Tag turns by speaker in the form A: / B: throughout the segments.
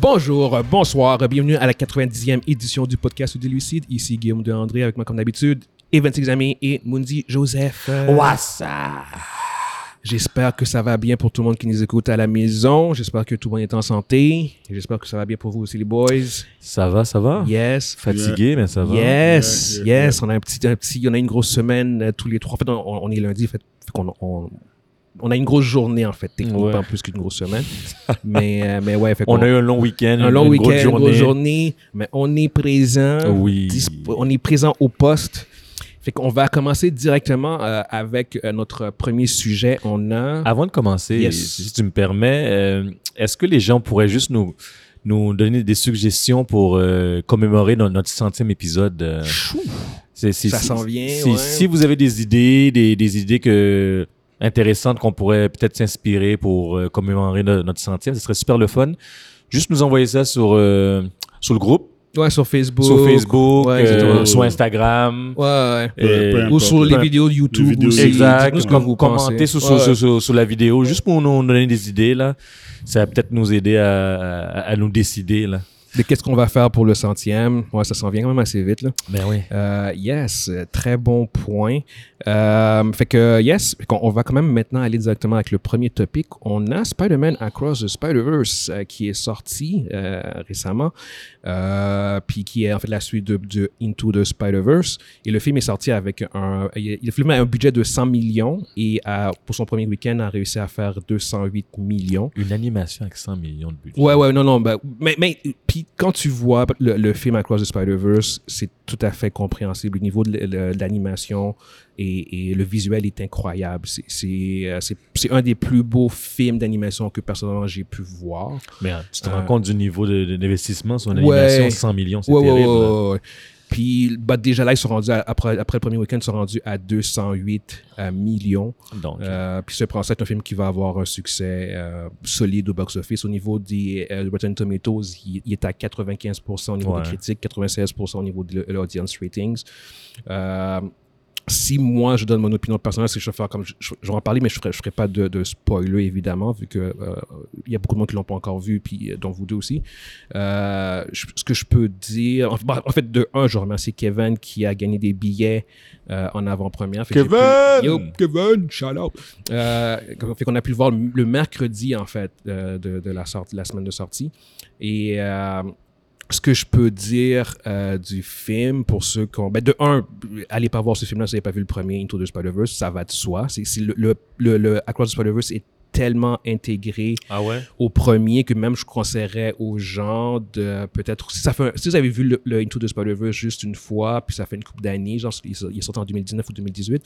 A: Bonjour, bonsoir, bienvenue à la 90e édition du podcast de Lucide. Ici Guillaume de André avec moi comme d'habitude, et 26 amis et Mundi Joseph.
B: What's up?
A: J'espère que ça va bien pour tout le monde qui nous écoute à la maison. J'espère que tout le monde est en santé. Et J'espère que ça va bien pour vous aussi les boys.
C: Ça va, ça va?
A: Yes.
C: Fatigué, mais Ah. ça va.
A: Yes,
D: Yeah, yeah,
A: yes, on a un petit, un petit, on a une grosse semaine euh, tous les trois. En fait, on, on est lundi, fait, fait qu'on on, on a une grosse journée en fait, techniquement
C: Ouais.
A: en plus qu'une grosse semaine. mais, euh, mais ouais, fait
C: On
A: qu'on-
C: a eu un long week-end.
A: un long
C: une grosse
A: week-end, une grosse journée, mais on est présent.
C: Oui.
A: Dispo- On est présent au poste. Fait qu'on va commencer directement euh, avec euh, notre premier sujet. On a
C: Avant de commencer,
A: Yes.
C: si tu me permets, euh, est-ce que les gens pourraient juste nous, nous donner des suggestions pour euh, commémorer no- notre centième épisode? euh,
A: Chou!
C: c'est- c'est-
A: Ça
C: si-
A: s'en vient,
C: Si,
A: ouais.
C: si vous avez des idées, des, des idées que intéressantes qu'on pourrait peut-être s'inspirer pour euh, commémorer no- notre centième, ce serait super le fun. Juste nous envoyer ça sur, euh, sur le groupe,
A: ouais, sur Facebook.
C: sur Facebook,
A: ouais,
C: euh,
A: exactement.
C: sur Instagram.
A: Ouais, ouais.
D: Peu-
C: Et-
D: peu
A: Ou sur
D: importe.
A: les vidéos YouTube.
D: Les vidéos
A: aussi.
D: YouTube.
C: Exact.
A: Dites-nous ce que
C: Com-
A: vous
C: commentez
A: pensez.
C: sous,
A: Ouais.
C: sous- sous- sous- sous la vidéo, juste pour nous donner des idées, là. Ça va peut-être nous aider à, à- à nous décider, là.
A: de qu'est-ce qu'on va faire pour le centième. Ouais, ça s'en vient quand même assez vite. Là.
C: Ben oui.
A: Euh, yes, très bon point. Euh, fait que, yes, fait qu'on- on, va quand même maintenant aller directement avec le premier topic. On a Spider-Man Across the Spider-Verse euh, qui est sorti euh, récemment, euh, puis qui est en fait la suite de, de Into the Spider-Verse. Et le film est sorti avec un, il il a filmé à un budget de 100 millions et a, pour son premier week-end a réussi à faire 208 millions.
C: Une animation avec 100 millions de budget.
A: Ouais, ouais, non, non. ben, mais mais puis quand tu vois le, le film Across the Spider-Verse, c'est tout à fait compréhensible. Le niveau de, l- de l'animation et, et le visuel est incroyable. C'est- C'est euh, c'est- c'est un des plus beaux films d'animation que personnellement j'ai pu voir.
C: Mais euh, tu te
A: Euh,
C: rends compte du niveau de- de- d'investissement sur une
A: Ouais.
C: animation 100 millions, c'est
A: Ouais, ouais,
C: terrible. hein.
A: ouais,
C: là.
A: ouais, ouais. Puis bah, déjà là, ils sont rendus, à- après, après le premier week-end, ils sont rendus à 208 euh, millions.
C: Donc,
A: Euh, puis ce procès est un film qui va avoir un succès euh, solide au box-office. Au niveau des euh, Rotten Tomatoes, il, il est à 95% au niveau
C: Ouais.
A: des critiques, 96% au niveau de l'audience ratings. Euh, si moi je donne mon opinion personnelle, c'est que je vais faire comme je, je- je vais en parler, mais je ferai, je ferai pas de, de spoiler évidemment, vu que euh, il y a beaucoup de monde qui l'ont pas encore vu, puis euh, dont vous deux aussi. Euh, je- ce que je peux dire, en, fait, bah, en fait, de un, je remercie Kevin qui a gagné des billets euh, en avant-première. Fait que j'ai
C: Kevin!
A: pu- Yo, Kevin, shout out! Euh, fait qu'on a pu le voir le, le mercredi en fait euh, de, de la sorte, la semaine de sortie. Et euh, ce que je peux dire euh, du film pour ceux qui ont... Ben de un, allez pas voir ce film-là si vous n'avez pas vu le premier Into the Spider-Verse, ça va de soi. C'est, c'est le, le, le, le Across the Spider-Verse est tellement intégré
C: ah ouais?
A: au premier que même je conseillerais aux gens de peut-être si ça fait un- si vous avez vu le, le Into the Spider-Verse juste une fois puis ça fait une couple d'années genre il sort- il est sorti en 2019 ou 2018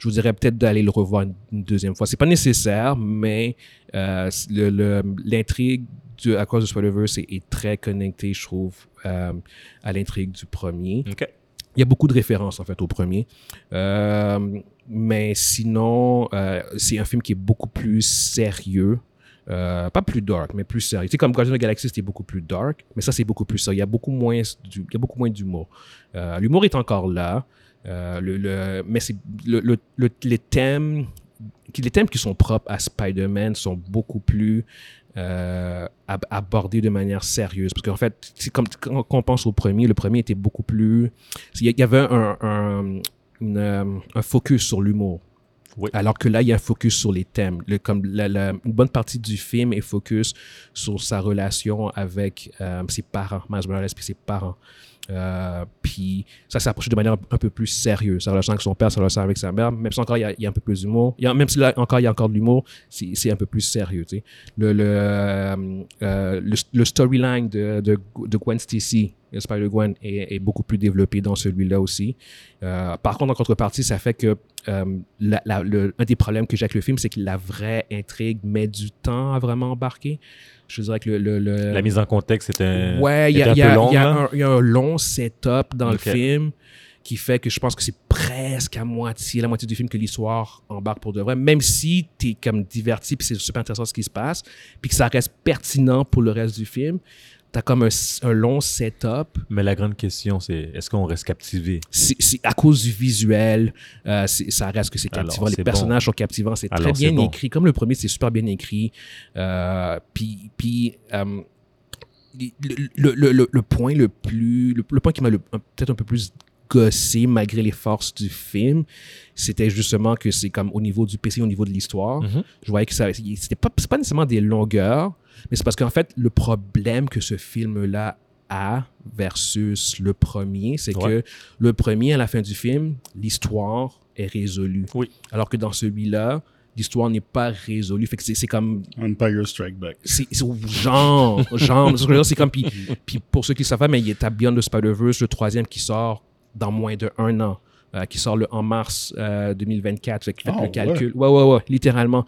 A: je vous dirais peut-être d'aller le revoir une, une deuxième fois c'est pas nécessaire mais euh, c'est- le- le- l'intrigue de à cause de Spider-Verse est, est très connectée je trouve euh, à l'intrigue du premier
C: OK.
A: il y a beaucoup de références en fait au premier. Euh, mais sinon, euh, c'est un film qui est beaucoup plus sérieux. Euh, pas plus dark, mais plus sérieux. Tu sais, comme Guardians of the Galaxy, c'était beaucoup plus dark, mais ça, c'est beaucoup plus sérieux. Il y a beaucoup moins, du, il y a beaucoup moins d'humour. Euh, L'humour est encore là, euh, le, le- mais c'est le, le- le- les thèmes, qui, les thèmes qui sont propres à Spider-Man sont beaucoup plus euh, ab- abordés de manière sérieuse. Parce qu'en fait, c'est comme quand on pense au premier, le premier était beaucoup plus, il y a- il y avait un, un- une, euh, un focus sur l'humour.
C: Oui.
A: Alors que là, il y a un focus sur les thèmes. Le- comme la- la- une bonne partie du film est focus sur sa relation avec euh, ses parents, Miles Morales puis ses parents. Euh, puis ça s'approche de manière un peu plus sérieuse. Sa relation avec son père, sa relation avec sa mère, même si encore il y a, il y a un peu plus d'humour. Il y a- Même si là encore il y a encore de l'humour, c'est c'est un peu plus sérieux. tu sais. Le, le, euh, euh, le, le storyline de, de, de Gwen Stacy, de Spider-Gwen, est, est beaucoup plus développé dans celui-là aussi. Euh, par contre, en contrepartie, ça fait que euh, la- la- le- un des problèmes que j'ai avec le film, c'est que la vraie intrigue met du temps à vraiment embarquer. Je dirais que le. le- le-
C: La mise en contexte est un,
A: Ouais, il y
C: est
A: a,
C: Euh, un
A: il y a-
C: peu longue,
A: il y a
C: là.
A: un, il y a un long setup dans
C: Ok.
A: le film qui fait que je pense que c'est presque à moitié, la moitié du film que l'histoire embarque pour de vrai, même si t'es comme diverti puis c'est super intéressant ce qui se passe, puis que ça reste pertinent pour le reste du film, t'as comme un, un long setup
C: Mais la grande question, c'est est-ce qu'on reste captivé?
A: c'est c'est à cause du visuel, euh, c'est- ça reste que c'est
C: Alors,
A: captivant.
C: c'est
A: Les personnages sont captivants, c'est très
C: Alors, c'est
A: bien
C: bon.
A: écrit. Comme le premier, c'est super bien écrit. Euh, puis, puis, euh, le, le- le- le point le plus. Le, le point qui m'a le- un- peut-être un peu plus gossé malgré les forces du film, c'était justement que c'est comme au niveau du PC, au niveau de l'histoire.
C: Mhm.
A: Je voyais que ça. C'était pas, c'est pas nécessairement des longueurs, mais c'est parce qu'en fait, le problème que ce film-là a versus le premier, c'est
C: Ouais.
A: que le premier, à la fin du film, l'histoire est résolue.
C: Oui.
A: Alors que dans celui-là, l'histoire n'est pas résolue. Fait que c'est- c'est comme
B: Empire Strike Back.
A: c'est c'est au genre, genre, c'est ce que je veux dire, c'est comme, puis, puis pour ceux qui le savent pas, mais il y a Beyond the Spider-Verse, le troisième qui sort dans moins de un an, euh, qui sort le en mars euh, 2024, fait que faites
B: Ah,
A: le calcul. Ouais, ouais, ouais, littéralement.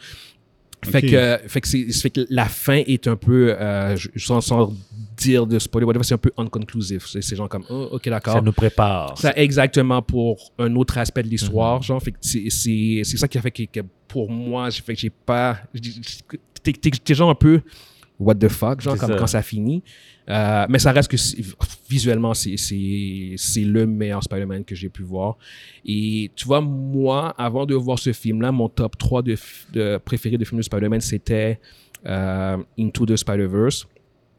A: Fait,
B: Ok.
A: que, fait, que c'est- fait que la fin est un peu, euh, je- sans, sans dire de spoiler, whatever, c'est un peu inconclusif. C'est c'est genre comme, oh, ok,
C: Ça
A: d'accord.
C: nous prépare.
A: Ça, exactement pour un autre aspect de l'histoire, genre. Fait que c'est- c'est c'est ça qui a fait que, que pour moi, j'ai fait que j'ai pas. j'ai- j'ai- T'es t'es- t'es genre un peu what the fuck, genre,
C: C'est
A: comme
C: ça.
A: quand ça finit. Euh, mais ça reste que c'est- visuellement, c'est- c'est c'est le meilleur Spider-Man que j'ai pu voir. Et tu vois, moi, avant de voir ce film-là, mon top 3 de, f- de préféré de films de Spider-Man, c'était euh, Into the Spider-Verse.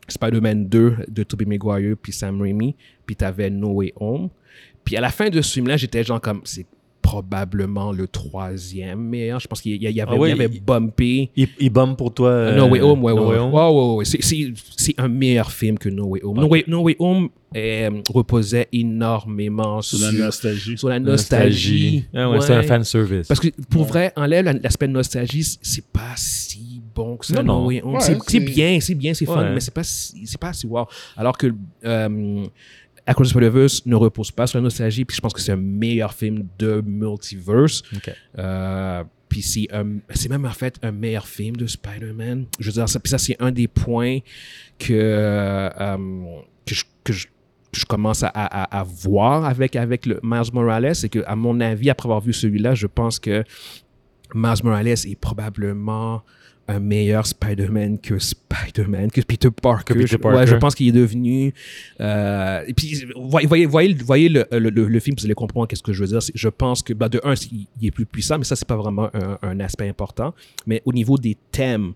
A: Spider-Man 2 de Tobey Maguire puis Sam Raimi, puis t'avais No Way Home. Puis à la fin de ce film-là, j'étais genre comme, c'est probablement le troisième meilleur. Je pense qu'il y, a- il y avait,
C: Ah ouais,
A: il y avait
C: il-
A: bumpé.
C: Il, il bombe pour toi. euh,
A: No Way Home, ouais,
C: No
A: ouais,
C: Way
A: ouais.
C: Home?
A: Ouais, ouais, ouais. C'est- C'est c'est un meilleur film que No Way Home. No,
C: Ok.
A: Way, No Way Home euh, reposait énormément sur,
B: C'est la nostalgie.
A: sur la
C: Nostalgie.
A: nostalgie.
C: Ah ouais,
A: Ouais.
C: C'est un fan service.
A: Parce que pour vrai, enlève la- l'aspect nostalgie, c'est- c'est pas si bon que ça.
C: Non, non.
A: No Way Home.
B: Ouais,
A: c'est
B: c'est-
A: c'est bien, c'est bien, c'est fun,
C: Ouais.
A: mais c'est pas si, c'est pas si wow. Alors que euh, Across the Spider-Verse ne repose pas sur la nostalgie, puis je pense que c'est un meilleur film de multiverse.
C: Ok.
A: Euh, puis c'est un- c'est même en fait un meilleur film de Spider-Man. Je veux dire, ça, puis ça c'est un des points que, euh, que, je, que je- que je commence à, à- à voir avec, avec le Miles Morales. C'est que, à mon avis, après avoir vu celui-là, je pense que Miles Morales est probablement un meilleur Spider-Man que Spider-Man, que Peter Parker.
C: Que Peter
A: Je-
C: Parker.
A: ouais, je pense qu'il est devenu. euh, et puis, voyez, voyez, voyez, le- voyez le, le- le- le film, vous allez comprendre qu'est-ce que je veux dire. C'est- Je pense que, bah, de un, c'est- il est plus puissant, mais ça, c'est pas vraiment un, un aspect important. Mais au niveau des thèmes,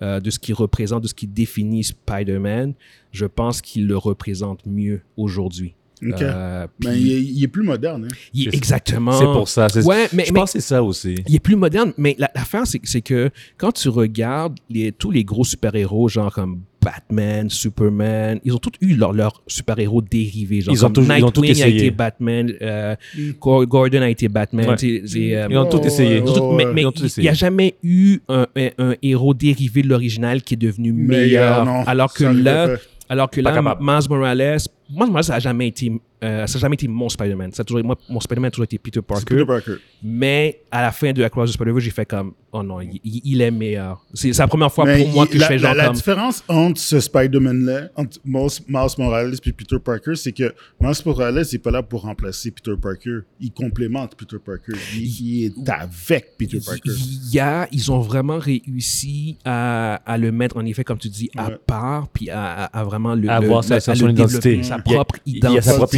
A: euh, de ce qui représente, de ce qui définit Spider-Man, je pense qu'il le représente mieux aujourd'hui.
B: Ok.
A: Euh,
B: Ben,
A: puis
B: il, est, il est plus moderne. Hein.
A: il est
C: c'est-
A: exactement.
C: C'est pour ça. c'est-
A: Ah. Ouais, mais-
C: je
A: mais-
C: pense que c'est ça aussi.
A: Il est plus moderne, mais la- l'affaire, c'est c'est que quand tu regardes les, tous les gros super-héros, genre comme Batman, Superman, ils ont tous eu leur, leur super-héros dérivé. Genre
C: Ils ont
A: comme
C: tous- ils ont tous
A: Nightwing a
C: essayé.
A: été Batman, euh,
B: Mm.
A: Gor- Gordon a été Batman.
C: Ouais.
A: tu sais, c'est, euh,
C: Ils ont tout
B: Ouais,
C: essayé.
B: ouais,
A: ils ont tout-
B: ouais,
A: mais
B: Oh, ouais.
A: mais
C: Ils ont tout
A: il- il
C: essayé.
A: n'y a jamais eu un, un- un héros dérivé de l'original qui est devenu meilleur.
B: non,
A: alors que
B: ça arrivait
A: là,
B: pas.
A: alors que
C: Pas
A: là,
C: capable.
A: Miles Morales, Miles Morales, ça n'a jamais été, euh, ça a jamais été mon Spider-Man. Ça a toujours, moi, mon Spider-Man a toujours été Peter
B: c'est
A: Parker.
B: Peter Parker.
A: Mais à la fin de Across the Spider-Verse, j'ai fait comme, oh non, il, il- il est meilleur. C'est c'est la première fois
B: Mais
A: pour moi
B: il-
A: que
B: la,
A: je fais
B: la-
A: genre
B: la
A: comme.
B: différence entre ce Spider-Man-là, entre Miles, Miles Morales et Peter Parker, c'est que Miles Morales n'est pas là pour remplacer Peter Parker. Il complémente Peter Parker. Il, il est avec Peter Parker.
A: Il y a, ils ont vraiment réussi à, à le mettre en effet, comme tu dis, à
B: Ouais.
A: part, puis à, à- à vraiment le,
C: À
A: le-
C: avoir
A: le-
C: sa-
A: à
C: sa-
A: le
C: son
A: développer,
C: identité.
A: sa
C: Mm. Il y a-
A: propre
C: il y
A: identité.
C: a sa propre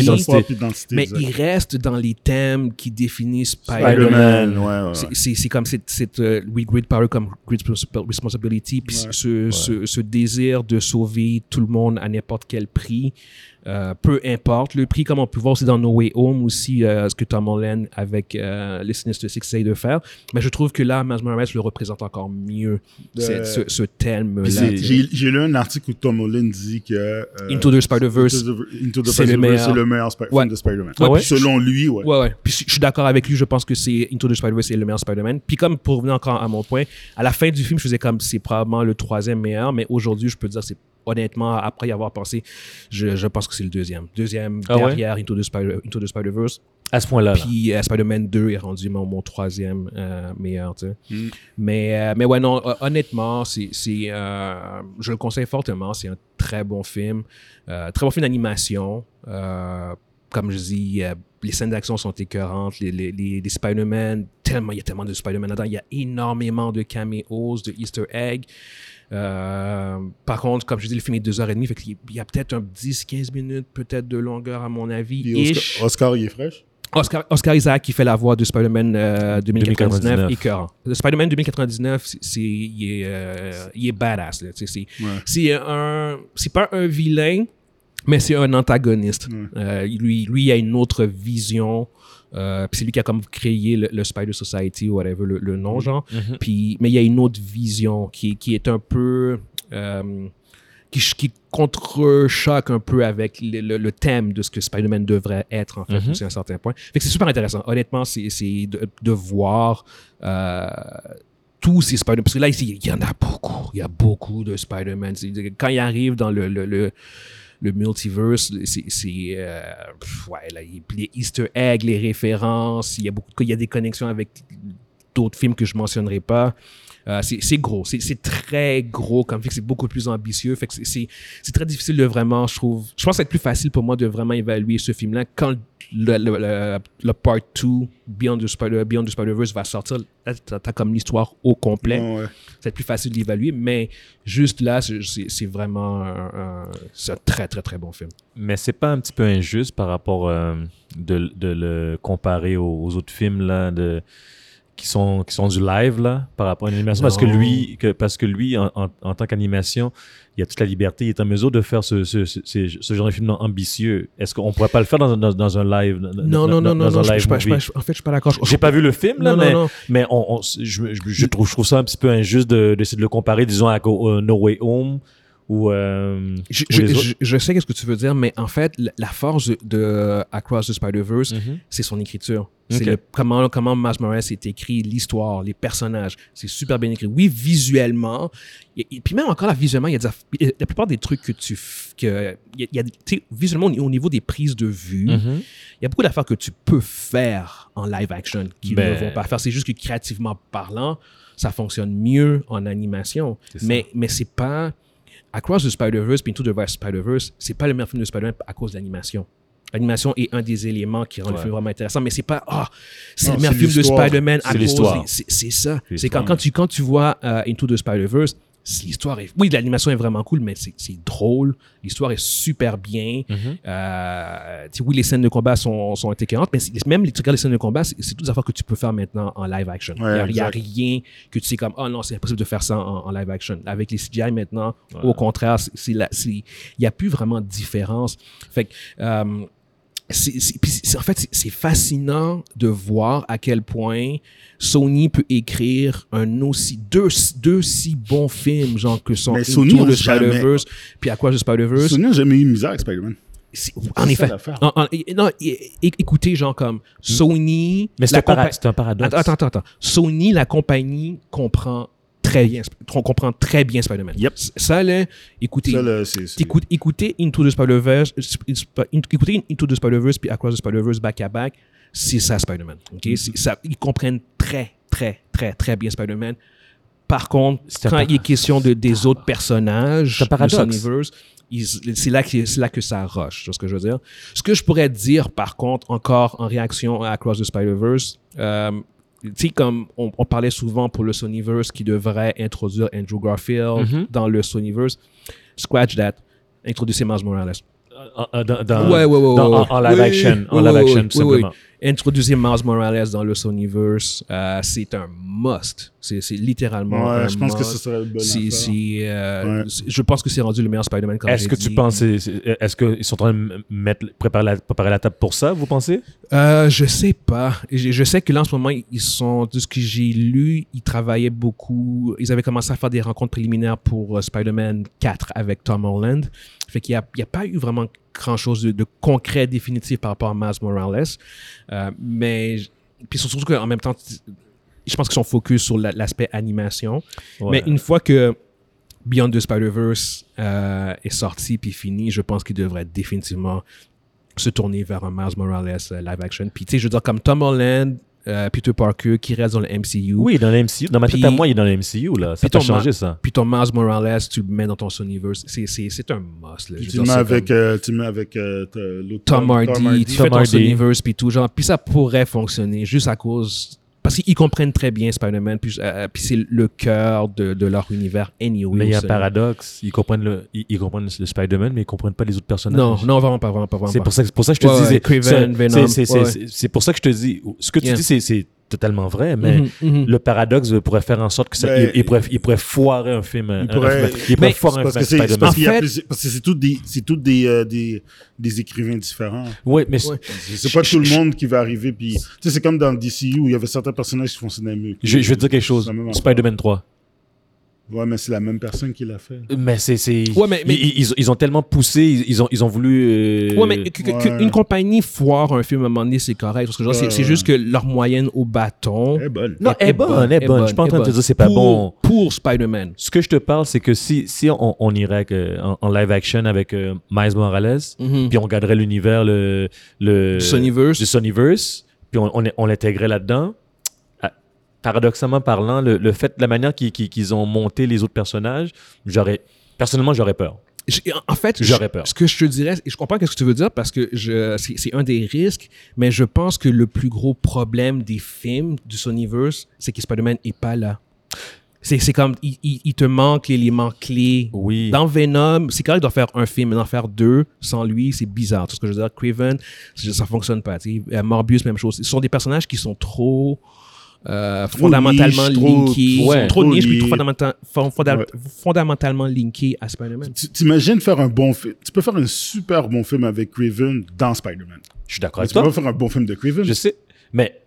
C: identité.
A: Mais
B: exact.
A: il reste dans les thèmes qui définissent Spider-Man.
B: Spider-Man, ouais, ouais, ouais.
A: C'est- c'est c'est comme cette, cette euh, oui, great power comme great resp- responsibility puis
B: Ouais.
A: ce, ce- ce désir de sauver tout le monde à n'importe quel prix euh, peu importe le prix comme on peut voir c'est dans No Way Home aussi euh, ce que Tom Holland avec euh, les Sinister Six essaye de faire mais je trouve que là Miles Morales le représente encore mieux
B: De-
A: cette- ce, ce thème
B: Puis
A: là
B: c'est- J'ai j'ai lu un article où Tom Holland dit que euh,
A: Into the Spider-Verse
B: Into the- Into the
A: c'est le
B: Spider-Verse,
A: meilleur.
B: c'est le meilleur Spi-
A: Ouais.
B: film de Spider-Man.
A: Ouais,
C: ouais?
B: Puis Selon lui, ouais.
A: Ouais, ouais. Puis je- je suis d'accord avec lui, je pense que c'est Into the Spider-Verse est le meilleur Spider-Man. Puis comme pour revenir encore à mon point, à la fin du film, je faisais comme c'est probablement le troisième meilleur, mais aujourd'hui, je peux dire c'est honnêtement, après y avoir pensé, je, je pense que c'est le deuxième. Deuxième
C: Ah ouais?
A: derrière Into the Spider- Into the Spider-Verse.
C: À ce point-là. là.
A: Puis euh, Spider-Man 2 est rendu mon, mon troisième euh, meilleur. tu sais.
B: Mm.
A: Mais, euh, mais ouais, non, euh, honnêtement, c'est, c'est, euh, je le conseille fortement. C'est un très bon film. Euh, très bon film d'animation. Euh, comme je dis, euh, les scènes d'action sont écœurantes. Les, les, les, les Spider-Man, tellement, il y a tellement de Spider-Man là-dedans. Il y a énormément de caméos, de Easter eggs. Euh, par contre, comme je dis, le film est 2h30, fait qu'il y a peut-être un 10-15 minutes peut-être de longueur à mon avis.
B: Puis Oscar,
A: ish.
B: Oscar, il est fraîche.
A: Oscar, Oscar Isaac qui fait la voix de Spider-Man euh, 2099,
C: 2099.
A: écœurant. Le Spider-Man 2099, c'est- c'est- il est, euh, il est badass. là, tu sais, C'est
B: Ouais.
A: c'est un- c'est pas un vilain, mais c'est un antagoniste. Euh, lui, lui, il a une autre vision. euh, puis c'est lui qui a comme créé le, le Spider Society ou whatever, le, le nom, genre. Puis- mais il y a une autre vision qui, qui est un peu. euh, qui, ch- qui contre-choque un peu avec le, le- le thème de ce que Spider-Man devrait être, en fait,
C: Mhm.
A: aussi, à un certain point. Fait que c'est super intéressant. Honnêtement, c'est c'est de, de voir euh, tous ces Spider-Man. Parce que là, ici, il y en a beaucoup. Il y a beaucoup de Spider-Man. C'est- Quand il arrive dans le, le, le- le multiverse, c'est. c'est, euh, pff, ouais, là, il- les Easter eggs, les références, il y a beaucoup de- il y a des connexions avec d'autres films que je mentionnerai pas. Euh, c'est c'est gros, c'est- c'est très gros comme fait que c'est beaucoup plus ambitieux. Fait que c'est- c'est c'est très difficile de vraiment, je trouve. Je pense que ça va être plus facile pour moi de vraiment évaluer ce film-là quand le, le, le- le part 2 Beyond the Spider- Beyond the Spider-Verse va sortir. Là, t'as t'as comme l'histoire au complet.
B: Ouais, ouais.
A: Ça va être plus facile de l'évaluer, mais juste là, c'est- c'est c'est vraiment un, un- c'est un très, très, très bon film.
C: Mais c'est pas un petit peu injuste par rapport euh, de, de le comparer aux, aux autres films là, de, qui, sont, qui sont du live là, par rapport à l'animation? Parce que
A: Non.
C: lui, que, parce que lui en, en- en tant qu'animation, il a toute la liberté, il est en mesure de faire ce, ce, ce, ce- ce genre de film ambitieux. Est-ce qu'on pourrait pas le faire dans, un- dans, dans un live? dans-
A: Non, non,
C: dans-
A: non,
C: dans
A: non,
C: un
A: non, je-
C: live
A: je- je-
C: movie?
A: je- en fait, je suis pas d'accord. Je-
C: J'ai pas vu le film,
A: Non,
C: là,
A: non,
C: mais,
A: non.
C: mais on, on- je, je- je trouve, je trouve ça un petit peu injuste de- d'essayer de, le comparer, disons, à Go- euh, No Way Home ou. euh,
A: Je,
C: ou
A: je-
C: les autres.
A: je- je sais qu'est-ce que tu veux dire, mais en fait, la, la force de, de Across the Spider-Verse,
C: Mhm.
A: c'est son écriture. C'est
C: Ok.
A: le- comment, comment Miles Morales est écrit, l'histoire, les personnages. C'est super bien écrit. Oui, visuellement. Et, et puis même encore là, visuellement, il y a des aff- et la plupart des trucs que tu... f- Que, il y a- il y a, tu sais, visuellement, au niveau des prises de vue,
C: Mhm.
A: il y a beaucoup d'affaires que tu peux faire en live action qui
C: Ben-
A: ne vont pas faire. C'est juste que créativement parlant, ça fonctionne mieux en animation.
C: C'est ça.
A: Mais, mais c'est pas. Across the Spider-Verse, puis Into the Spider-Verse, c'est pas le meilleur film de Spider-Man à cause de l'animation. L'animation est un des éléments qui rend le
C: Ouais.
A: film vraiment intéressant, mais c'est pas ah, c'est
B: Non,
A: le meilleur
B: c'est
A: film de
B: l'histoire.
A: Spider-Man à
C: C'est
A: cause.
C: l'histoire.
A: des- C'est c'est ça.
C: C'est
A: C'est quand,
B: l'histoire.
A: quand tu quand tu vois euh, Into the Spider-Verse, c'est- l'histoire est oui, l'animation est vraiment cool, mais c'est c'est drôle. L'histoire est super bien.
C: Mhm.
A: Euh, tu sais, oui, les scènes de combat sont, sont éclairantes, mais c'est- même les, tu regardes les scènes de combat, c'est c'est toutes des affaires que tu peux faire maintenant en live action.
B: Ouais,
A: Il n'y a,
B: exact.
A: rien que tu sais comme, oh non, c'est impossible de faire ça en, en live action. Avec les CGI maintenant, au contraire, c'est- c'est la- c'est- il n'y a plus vraiment de différence. Fait que, euh, c'est- c'est- puis c'est- en fait, c'est- c'est fascinant de voir à quel point Sony peut écrire un aussi, deux, deux si bons films, genre que sont
B: Mais Sony
A: Into the
B: ose jamais-
A: Spider-Verse, puis à quoi the Spider-Verse.
B: Sony n'a jamais eu une misère avec Spider-Man.
A: C'est-
B: ça
A: en effet.
B: l'affaire.
A: En- en- et- non, et- et- écoutez, genre comme Sony.
C: Mais c'est
A: la
C: un, para-
A: compa-
C: c'est un paradoxe.
A: Attends, attends, attends, attends. Sony, la compagnie, comprend très bien, Sp- tron- comprend très bien Spider-Man.
B: Yep.
A: S- Ça, là, écoutez.
B: Ça, là, c'est. c'est-
A: t'écoutes- écoutez Into the Spider-Verse, Sp- Sp- Into- écoutez Into the Spider-Verse puis Across the Spider-Verse back-à-back, c'est ça Spider-Man. ok? C'est ça, ils comprennent très, très, très, très bien Spider-Man. Par contre,
C: C'est un
A: quand il est
C: paradoxe.
A: question de, des autres personnages
C: C'est un
A: de son
C: paradoxe.
A: universe, ils- c'est là, que- c'est là que ça roche, tu vois ce que je veux dire. Ce que je pourrais dire, par contre, encore en réaction à Across the Spider-Verse, euh, tu sais, comme on, on parlait souvent pour le Sonyverse qui devrait introduire Andrew Garfield
C: Mhm.
A: dans le Sonyverse, scratch that, introducez Miles Morales. Euh,
C: Ah, ah, dans, dans-
A: Ouais, ouais, ouais,
C: dans-
A: ouais,
C: en- En, live
A: ouais.
C: action,
A: Oui,
C: en
A: oui,
C: live
A: oui,
C: action,
A: oui,
C: tout simplement.
A: oui. Introduisez Miles Morales dans le Sonyverse, euh, c'est un must. C'est c'est littéralement
B: Ouais,
A: un
B: je pense que
A: must.
B: ce serait le bon.
A: C'est- c'est, euh,
B: Ouais.
A: c'est- Je pense que c'est rendu le meilleur Spider-Man quand
C: Est-ce que tu penses, c'est- c'est- est-ce qu'ils sont en train de mettre, préparer, la, préparer la table pour ça, vous pensez
A: Euh, je sais pas. Je, je sais que là, en ce moment, ils sont, de ce que j'ai lu, ils travaillaient beaucoup. Ils avaient commencé à faire des rencontres préliminaires pour euh, Spider-Man 4 avec Tom Holland. Fait qu'il n'y a, il y a pas eu vraiment grand-chose de, de concret, définitif par rapport à Miles Morales. Euh, mais, puis surtout qu'en même temps, je pense qu'ils sont focus sur la- l'aspect animation.
C: Ouais.
A: Mais une fois que Beyond the Spider-Verse euh, est sorti puis fini, je pense qu'il devrait définitivement se tourner vers un Miles Morales euh, live action. Puis tu sais, je veux dire, comme Tom Holland, euh, Peter Parker qui reste dans le MCU.
C: Oui, il est dans la MCU. Dans ma tête
A: Puis-
C: à moi, il est dans la MCU, là. Ça
A: puis ton
C: peut changer, ça.
A: Puis ton Miles Morales, tu le mets dans ton Sonyverse. C'est- C'est c'est un must. là. Je veux
B: Tu
A: dire,
B: le mets
A: c'est
B: avec,
A: comme
B: euh, tu le mets avec euh, t- l'autre
A: Tom Hardy, tu
C: Tom
A: fais ton
C: Hardy.
A: Sonyverse puis tout genre. Puis ça pourrait fonctionner juste à cause... Parce temps-ci, ils comprennent très bien Spider-Man, puis, euh, puis c'est le cœur de, de leur univers anyway.
C: mais il y a un
A: aussi.
C: paradoxe. Ils comprennent le, ils, ils comprennent le Spider-Man, mais ils comprennent pas les autres personnages.
A: Non, non, vraiment pas, vraiment pas. Vraiment
C: C'est
A: pas.
C: pour ça, que- c'est pour ça que je te
A: Ouais,
C: dis.
A: ouais,
C: c'est-
A: Craven,
C: c'est-
A: Venom,
C: c'est- c'est-
A: ouais,
C: c'est- C'est pour ça que je te dis. Ce que tu
A: Yeah.
C: dis, c'est- c'est totalement vrai, mais
A: Mhm, mhm.
C: le paradoxe pourrait faire en sorte que ça,
B: Ben,
C: il, il pourrait, il pourrait foirer un film. un- un-
B: pourrait-
C: il pourrait
A: Mais-
C: foirer un
B: Parce que
C: film
B: c'est c'est
C: Spider-Man.
B: parce qu'il y a
A: En fait-
B: plusieurs- parce que c'est tous des, c'est tous des, euh, des, des écrivains différents.
C: Oui, mais c'est-
A: Ouais.
B: C'est pas tout le monde qui va arriver. Puis, tu sais, c'est comme dans le DCU où il y avait certains personnages qui fonctionnaient mieux. que
C: je, je vais te dire
B: d'autres.
C: quelque chose.
B: C'est la même affaire.
C: Spider-Man 3.
B: Ouais, mais c'est la même personne qui l'a fait.
C: Mais c'est. c'est-
A: Ouais, mais- mais-
C: Ils, ils- ils ont tellement poussé, ils, ils ont, ils ont voulu. euh,
A: Ouais, mais que- que-
B: ouais.
A: qu'une compagnie foire un film à un moment donné, c'est correct. Parce que genre, c'est-
B: Ouais,
A: c'est
B: ouais.
A: juste que leur moyenne au bâton.
B: Elle est bonne.
C: Non, elle est bonne, elle est bonne. Je suis pas en
A: elle
C: train de te
A: bonne.
C: dire c'est pas
A: Pour-
C: bon.
A: Pour Spider-Man.
C: Ce que je te parle, c'est que si, si on, on irait avec, euh, en, en live action avec euh, Miles Morales,
A: Mhm.
C: puis on garderait l'univers le, le
A: Du Sonyverse.
C: du Sonyverse, puis on, on, on l'intégrait là-dedans. Ah, Paradoxalement parlant, le, le fait, la manière qu'ils qu'ils- qu'ils ont monté les autres personnages, j'aurais personnellement j'aurais peur.
A: J'ai- en- En fait,
C: J'aurais
A: je-
C: peur.
A: Ce que je te dirais, et je comprends ce que tu veux dire parce que je- c'est c'est un des risques, mais je pense que le plus gros problème des films du Sonyverse, c'est que Spider-Man n'est pas là. C'est c'est comme, il, il- il te manque l'élément clé.
C: Oui.
A: Dans Venom, c'est correct d'en faire un film, mais d'en faire deux sans lui, c'est bizarre. Tout ce que je veux dire, Craven, c'est- ça fonctionne pas. tu sais. Euh, Morbius, même chose. Ce sont des personnages qui sont trop euh, fondamentalement
B: niche, trop-
A: linkés, Ils sont
C: ouais.
A: trop
B: trop
A: niche, puis
B: liés.
A: trop fondamenta- fon- fonda-
B: Ouais.
A: fondamentalement linkés à Spider-Man.
B: Tu- T'imagines faire un bon film. Tu peux faire un super bon film avec Craven dans Spider-Man.
C: Je suis d'accord
B: Mais
C: avec
B: Tu peux
C: Ah, toi.
B: pas faire un bon film de Craven.
C: Je sais, mais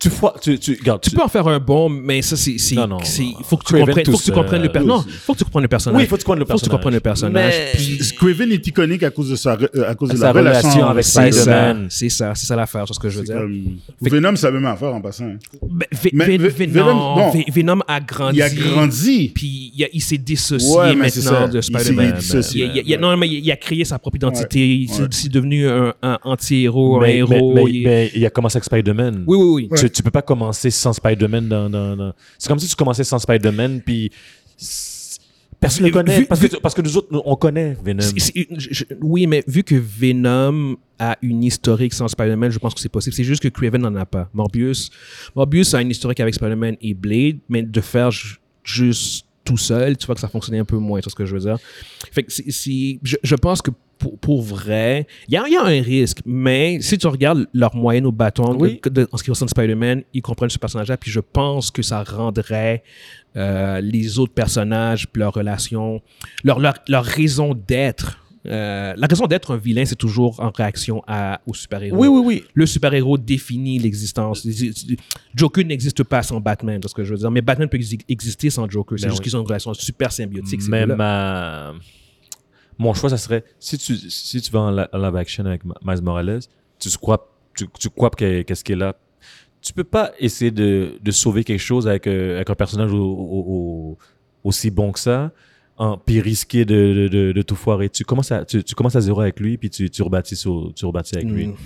C: tu fois tu tu regarde,
A: Tu peux en faire un bon, mais ça, c'est. c'est-
C: Non, non,
A: c'est-
C: non, non.
A: Faut que tu
C: Craven
A: comprennes, faut
C: tout
A: que tu
C: seul.
A: comprennes le per-
B: Oui,
A: Non,
B: aussi.
A: faut que tu comprennes le personnage.
C: Oui, il faut que tu comprennes le
A: Faut que tu
C: personnage.
A: comprennes le personnage.
C: Mais-
A: Puis-
B: Craven est iconique à cause de sa, re- euh, à cause de
C: Sa
B: la relation,
C: relation avec
A: C'est
C: Spider-Man.
A: ça, c'est ça, c'est ça l'affaire, c'est ce que je veux dire.
B: Comme... Venom, c'est la même affaire en passant. hein.
A: Ben, Vé-
B: Mais
A: Vé-
B: Vé-
A: Venom,
B: Venom, bon.
A: Vé- Venom a grandi.
B: Il a grandi.
A: Puis il, a- il s'est dissocié
B: Ouais, mais c'est
A: maintenant
B: ça.
A: de
B: Il s'est
A: Spider-Man.
B: dissocié.
A: Il a- il a- Non, mais il il a créé sa propre identité. Il s'est
B: ouais.
A: c'est devenu un, un anti-héros, un
C: mais, mais,
A: héros.
C: mais-
A: il-
C: mais il a commencé avec Spider-Man.
A: Oui, oui, oui.
C: Tu, tu peux pas commencer sans Spider-Man dans, dans, dans- C'est comme si tu commençais sans Spider-Man, puis... c'est- Personne ne
A: Vu-
C: connaît.
A: vu-
C: parce, que, parce que nous autres, nous, on connaît Venom.
A: C'est- c'est- je- je- oui, mais vu que Venom a une historique sans Spider-Man, je pense que c'est possible. C'est juste que Craven n'en a pas. Morbius, Morbius a une historique avec Spider-Man et Blade, mais de faire ju- juste tout seul, tu vois que ça fonctionnait un peu moins, tu vois ce que je veux dire. Fait que c'est- c'est- je, je pense que pour, pour vrai, il y a, il y a un risque, mais si tu regardes leur moyenne au bâton,
C: Oui.
A: de- de- en ce qui concerne Spider-Man, ils comprennent ce personnage-là, puis je pense que ça rendrait euh, les autres personnages, puis leur relation, leur, leur, leur raison d'être. Euh, la raison d'être un vilain, c'est toujours en réaction à, au super-héros.
C: Oui, oui, oui.
A: Le super-héros définit l'existence. Joker n'existe pas sans Batman, c'est ce que je veux dire. Mais Batman peut exi- exister sans Joker. C'est
C: Ben
A: juste
C: oui.
A: qu'ils ont une relation super symbiotique. ces
C: Même
A: deux-là.
C: à... Mon choix, ça serait... Si tu, si tu vas en, la- en live action avec Ma- Miles Morales, tu crois tu, tu crois que- qu'est-ce qu'il est là. Tu peux pas essayer de, de sauver quelque chose avec, euh, avec un personnage au- au- au- aussi bon que ça, en, puis risquer de, de, de, de tout foirer. Tu commences, à, tu, tu commences à zéro avec lui, puis tu, tu, rebâtis, sur, tu rebâtis avec lui.
A: Mm.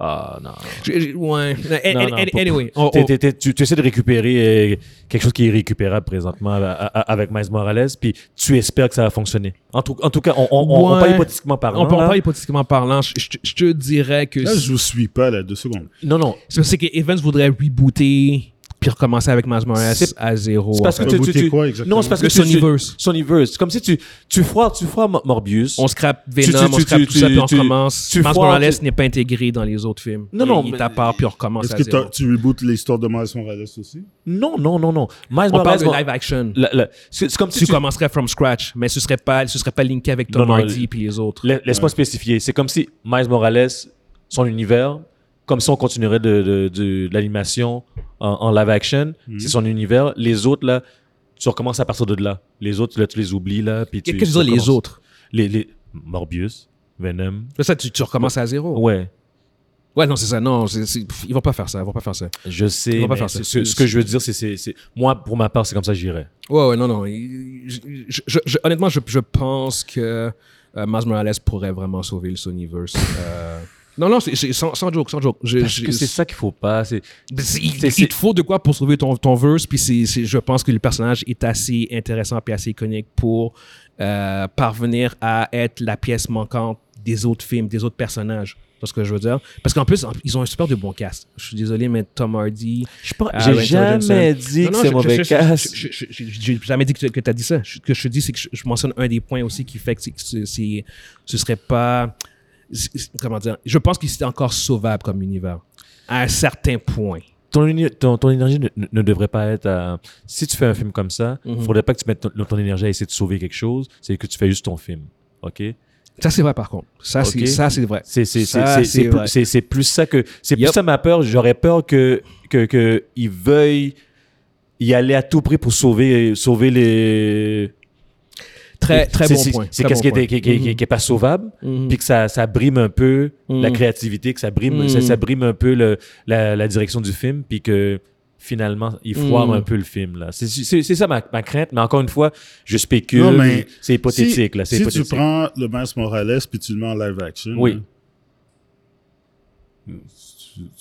C: Ah non.
A: Je- je- ouais.
C: Non, Oh, non, pas-
A: Anyway, on-
C: T'es-
A: on-
C: t'es- t'es- tu, tu essaies de récupérer euh, quelque chose qui est récupérable présentement à- à- à- avec Miles Morales, puis tu espères que ça va fonctionner. En tout, en tout cas, on, on, on- on
A: Ouais.
C: parle hypothétiquement parlant.
A: on peut en
C: là.
A: parler hypothétiquement parlant. Je, je- je te dirais que
B: Là, je vous suis pas, là, deux secondes.
C: Non, non.
A: c'est c'est que Evans voudrait rebooter puis recommencer avec Miles Morales
C: C'est-
A: à zéro.
C: C'est
A: en
C: parce
A: fait.
C: que
B: fait.
C: tu, tu,
B: Rebooter
C: tu-
B: quoi exactement?
C: Non, c'est parce
A: Le
C: que tu- tu-
A: Sonyverse.
C: Sonyverse. C'est comme si tu, tu foires, tu foires Mo- Morbius.
A: on scrape
C: tu-
A: Venom, on
C: tu-
A: scrape
C: tu-
A: tout ça,
C: tu-
A: puis on
C: tu-
A: recommence.
C: tu
A: Miles
C: foires-
A: Morales
C: tu-
A: n'est pas intégré dans les autres films.
C: Non,
A: Il-
C: non,
A: Il est
C: mais-
A: à part, puis on recommence
B: Est-ce
A: à
B: que
A: zéro.
B: t'as- tu rebootes l'histoire de Miles Morales aussi?
C: Non, non, non, non. Miles
A: On
C: Morales.
A: parle de
C: bon,
A: live action.
C: la- la- c'est c'est comme si
A: Tu
C: tu,
A: commencerais from scratch, mais ce serait pas, ce serait pas linké avec Tom
C: Non, non,
A: Hardy
C: le-
A: puis les autres.
C: La- Laisse-moi spécifier. C'est comme si Miles Morales, son univers, comme si on continuerait de, de- de- de l'animation en, en live action,
A: Mm-hmm.
C: c'est son univers. Les autres, là, tu recommences à partir de là. Les autres, là, tu les oublies, là. puis tu-
A: Qu'est-ce que
C: tu
A: tu dis les
C: recommences.
A: autres
C: les, les- Morbius, Venom.
A: Ça, tu, tu recommences à zéro.
C: Ouais,
A: Ouais, non, c'est ça. Non, c'est- c'est- pff, ils vont pas faire ça. Ils vont pas faire ça.
C: je sais.
A: On va pas
C: mais
A: faire
C: c'est-
A: ça.
C: Ce, ce que je veux dire, c'est- c'est. c'est- Moi, pour ma part, c'est comme ça que j'irais.
A: Ouais, ouais, non, non. Il- je- je- je- honnêtement, je, je pense que euh, Miles Morales pourrait vraiment sauver le Sonyverse. Euh, non, non, c'est c'est- sans, sans joke, sans joke. Je-
C: Parce
A: je-
C: que c'est ça qu'il faut pas. c'est-
A: Ben, c'est- il,
C: C'est- c'est-
A: il te faut de quoi pour sauver ton, ton verse, puis c'est- c'est- je pense que le personnage est assez intéressant puis assez iconique pour euh, parvenir à être la pièce manquante des autres films, des autres personnages. Tu vois ce que je veux dire? Parce qu'en plus, en- ils ont un super de bon cast. Je suis désolé, mais Tom Hardy.
C: Je pense-
A: Aaron
C: J'ai jamais
A: Johnson.
C: dit
A: Non,
C: que
A: non,
C: c'est
A: je- je-
C: mauvais
A: je-
C: casse.
A: je- je- je- je- J'ai jamais dit que tu as dit ça. Ce que je te dis, c'est que je, je mentionne un des points aussi qui fait que c'est- c'est- c'est- ce serait pas. c'est- c'est- Comment dire? Je pense qu'il c'est encore sauvable comme univers. À un certain point.
C: ton, uni- ton, ton énergie ne, ne devrait pas être à... Si tu fais un film comme ça, il
A: Mhm.
C: faudrait pas que tu mettes ton, ton énergie à essayer de sauver quelque chose, c'est que tu fais juste ton film. OK?
A: Ça, c'est vrai, par contre. Ça, c'est
C: Ok.
A: ça, c'est vrai.
C: C'est c'est- c'est-
A: Ça, c'est
C: c'est- c'est plus-
A: vrai.
C: c'est- c'est plus ça que... C'est plus
A: Yep.
C: ça ma peur. J'aurais peur que, que, que ils veuillent y aller à tout prix pour sauver, sauver les...
A: Très, très
C: C'est-
A: bon
C: c'est-
A: point.
C: C'est
A: Très bon
C: qu'est-ce qui, est- qui,
A: point.
C: est- qui est- qui est- qui est pas sauvable,
A: Mhm.
C: puis que ça, ça brime un peu la
A: Mhm.
C: créativité, que ça brime, ça,
A: Mhm.
C: ça brime un peu le- la, la direction du film, puis que finalement, il foire
A: Mhm.
C: un peu le film. là. C'est- C'est c'est ça ma, ma crainte, mais encore une fois, je spécule,
B: Non, mais
C: c'est hypothétique. là, c'est
B: si tu
C: hypothétique.
B: prends le Miles Morales puis tu le mets en live action,
C: Oui.
B: là,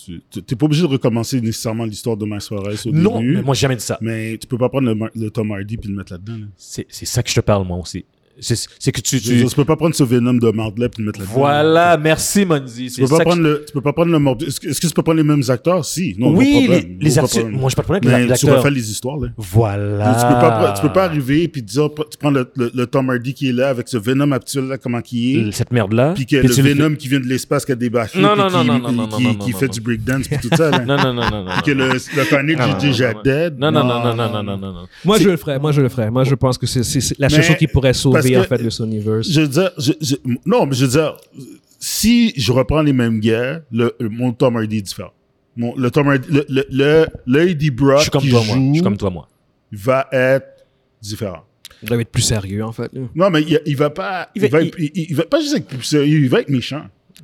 B: tu- tu n'es pas obligé de recommencer nécessairement l'histoire de Miles Morales au
C: Non,
B: début.
C: mais moi, j'ai jamais dit ça.
B: Mais tu peux pas prendre le, Mar- le Tom Hardy puis le mettre là-dedans. là.
C: C'est c'est ça que je te parle, moi aussi. C'est c'est que tu...
B: Je veux
C: tu
B: dire, Tu peux pas prendre ce Venom de Mardelet puis le mettre là-dedans.
C: voilà, merci, Monzi.
B: Tu peux, pas prendre le, tu peux pas prendre le Morbius. Est-ce que, est-ce que tu peux prendre les mêmes acteurs? Si. Non, gros
C: Oui, les,
B: problème,
C: les
B: gros
C: actu-
B: problème.
C: Moi, je pas de problème avec
B: Mais
C: les
B: tu
C: acteurs.
B: refais les histoires, là.
C: Voilà.
B: Tu, peux pas, pre- tu peux pas arriver et dire, pre- tu prends le, le- le Tom Hardy qui est là avec ce Venom actuel là, comment qui est,
C: Cette merde-là.
B: puis que
C: puis
B: le
C: tu le fais-
B: Venom qui vient de l'espace qui a débarqué,
C: Non,
B: puis
C: non,
B: qui,
C: non, non, non, non,
B: qui-
C: non, non,
B: qui
C: non,
B: fait
C: non.
B: du breakdance puis tout ça, là.
C: Non, non, non, non, non.
B: Puis que le, le
C: Non, non,
B: carnage de
C: non,
B: Jack
C: non.
B: Dead.
C: Non, non, non, non, non, non, non, non, non.
A: Moi, je le ferais. Moi, je le ferais. Moi, je pense que c'est- c'est c'est la seule
B: Mais-
A: chose qui pourrait
B: parce
A: sauver,
B: que-
A: en fait, le Sonyverse.
B: Je veux dire, je- je- non, mais je veux dire, si je reprends les mêmes gars, le, mon Tom Hardy est différent. Mon, le Tom Hardy, le, le, le, le Eddie Brock
C: Je suis comme
B: qui
C: toi, moi.
B: joue
C: Je suis comme toi, moi.
B: va être différent.
A: Il doit être plus sérieux, en fait. là.
B: Non, mais il, il va pas, il,
C: Il va-
B: va, il, il va pas juste être plus sérieux, il va être méchant.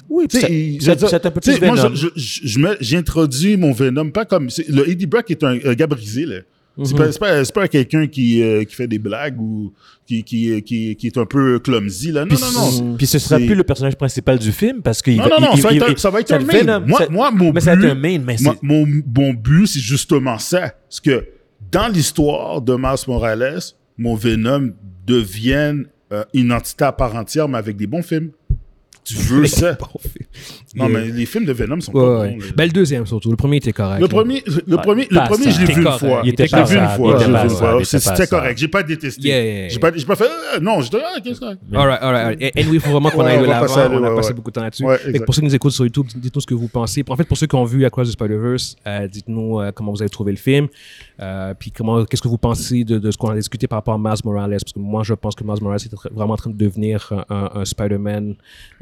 C: Oui,
B: Tu sais, il- je veux dire,
C: c'est un peu
B: tu
C: plus
B: sais, moi,
C: Venom.
B: je- je- je mets- j'introduis mon Venom pas comme. c'est- Le Eddie Brock est un, un gars brisé, là. C'est
C: Mm-hmm.
B: pas, c'est pas, c'est pas quelqu'un qui, euh, qui fait des blagues ou qui, qui, qui, qui est un peu clumsy, là. Non,
C: Puis
B: non, non.
C: Puis ce sera
B: C'est-
C: plus le personnage principal du film parce qu'il
B: Non,
C: va-
B: non, non,
C: il-
B: ça va
C: il-
B: être un-
C: il-
B: ça va être un
C: le
B: main.
C: Venom.
B: Moi-
C: Ça-
B: moi, mon
C: Mais ça va
B: but-
C: être un main, mais c'est-
B: Moi, mon, mon but, c'est justement ça. C'est que dans l'histoire de Mars Morales, mon Venom devienne euh, une entité à part entière, mais avec des bons films. Tu veux ça? Non, mais les films de Venom sont
A: Ouais,
B: pas
A: ouais.
B: bons. là.
A: Ben, le deuxième, surtout. Le premier était correct.
B: Le
A: là.
B: premier, le
C: Ouais,
B: premier,
C: pas
B: le premier, je l'ai
A: ça.
B: vu une
A: Correct.
B: fois.
A: Il
C: était
B: je l'ai
C: pas
B: vu une
C: ça,
B: fois.
C: il
B: je l'ai
C: était
B: vu une
C: pas
B: fois.
C: ça,
B: C'est-
C: il était pas
B: C'était
C: ça.
B: correct. J'ai pas détesté.
A: Yeah, yeah, yeah.
B: J'ai pas, j'ai pas fait. Ah, non, j'étais. Ah, qu'est-ce que c'est?
A: All right, all right, all right. Anyway, il faut vraiment qu'on aille de
B: Ouais, on va
A: l'avant.
B: passer à-
A: On a
B: ouais,
A: passé
B: ouais.
A: beaucoup de temps là-dessus.
B: Ouais,
A: Fait que
B: exact.
A: pour ceux qui nous écoutent sur YouTube, dites-nous ce que vous pensez. En fait, pour ceux qui ont vu Across the Spider-Verse, euh, dites-nous euh, comment vous avez trouvé le film. Euh, puis comment, qu'est-ce que vous pensez de, de ce qu'on a discuté par rapport à Miles Morales? Parce que moi, je pense que Miles Morales est tr- vraiment en train de devenir un- un, un Spider-Man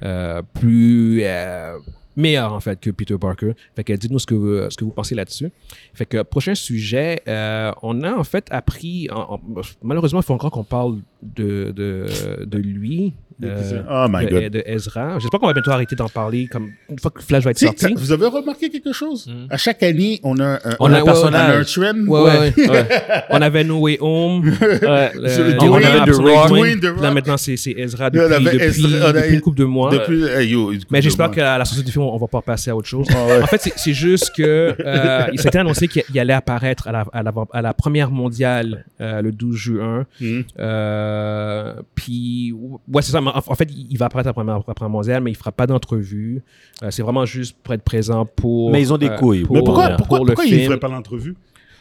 A: euh, plus euh, meilleur, en fait, que Peter Parker. Fait que dites-nous ce que, vous- ce que vous pensez là-dessus. Fait que prochain sujet, euh, on a en fait appris. en- en- malheureusement, il faut encore qu'on parle de, de, de lui. euh,
B: Oh my
A: de,
B: god.
A: de Ezra. J'espère qu'on va bientôt arrêter d'en parler comme une fois que Flash va être
B: Tu sais, ça-
A: sorti.
B: vous avez remarqué quelque chose? À chaque année, on a un,
C: Mm. On a un
A: ouais,
B: on a un
C: personnage.
B: trend.
A: Ouais, ouais, ouais. on avait No Way Home.
C: Ouais.
A: le-
B: Sur le
A: on
B: Dwayne
A: avait
B: The
A: absolument
B: Rock.
A: Dwayne.
B: Dwayne The Rock.
A: Là, maintenant, c'est c'est Ezra
B: Là,
A: depuis,
B: on avait
A: depuis,
B: Ezra, on a-
A: depuis une couple de mois.
B: Depuis, hey, yo, écoute,
A: Mais j'espère
B: moi.
A: qu'à la sortie du film, on va pouvoir passer à autre chose.
B: Ah
A: En fait, c'est- c'est juste que euh, il s'était annoncé qu'il il allait apparaître à la, à la, à la première mondiale euh, le 12 juin.
B: Mhm.
A: Euh, puis, ouais, c'est ça. mais En, en fait, il va apparaître à la première, à la première mondiale, mais il fera pas d'entrevue. Euh, c'est vraiment juste pour être présent pour.
C: Mais ils ont des
A: euh,
C: couilles.
A: pour-
B: Mais pourquoi,
A: euh,
B: pourquoi,
A: pour le
B: pourquoi il
A: film.
B: ferait pas l'entrevue?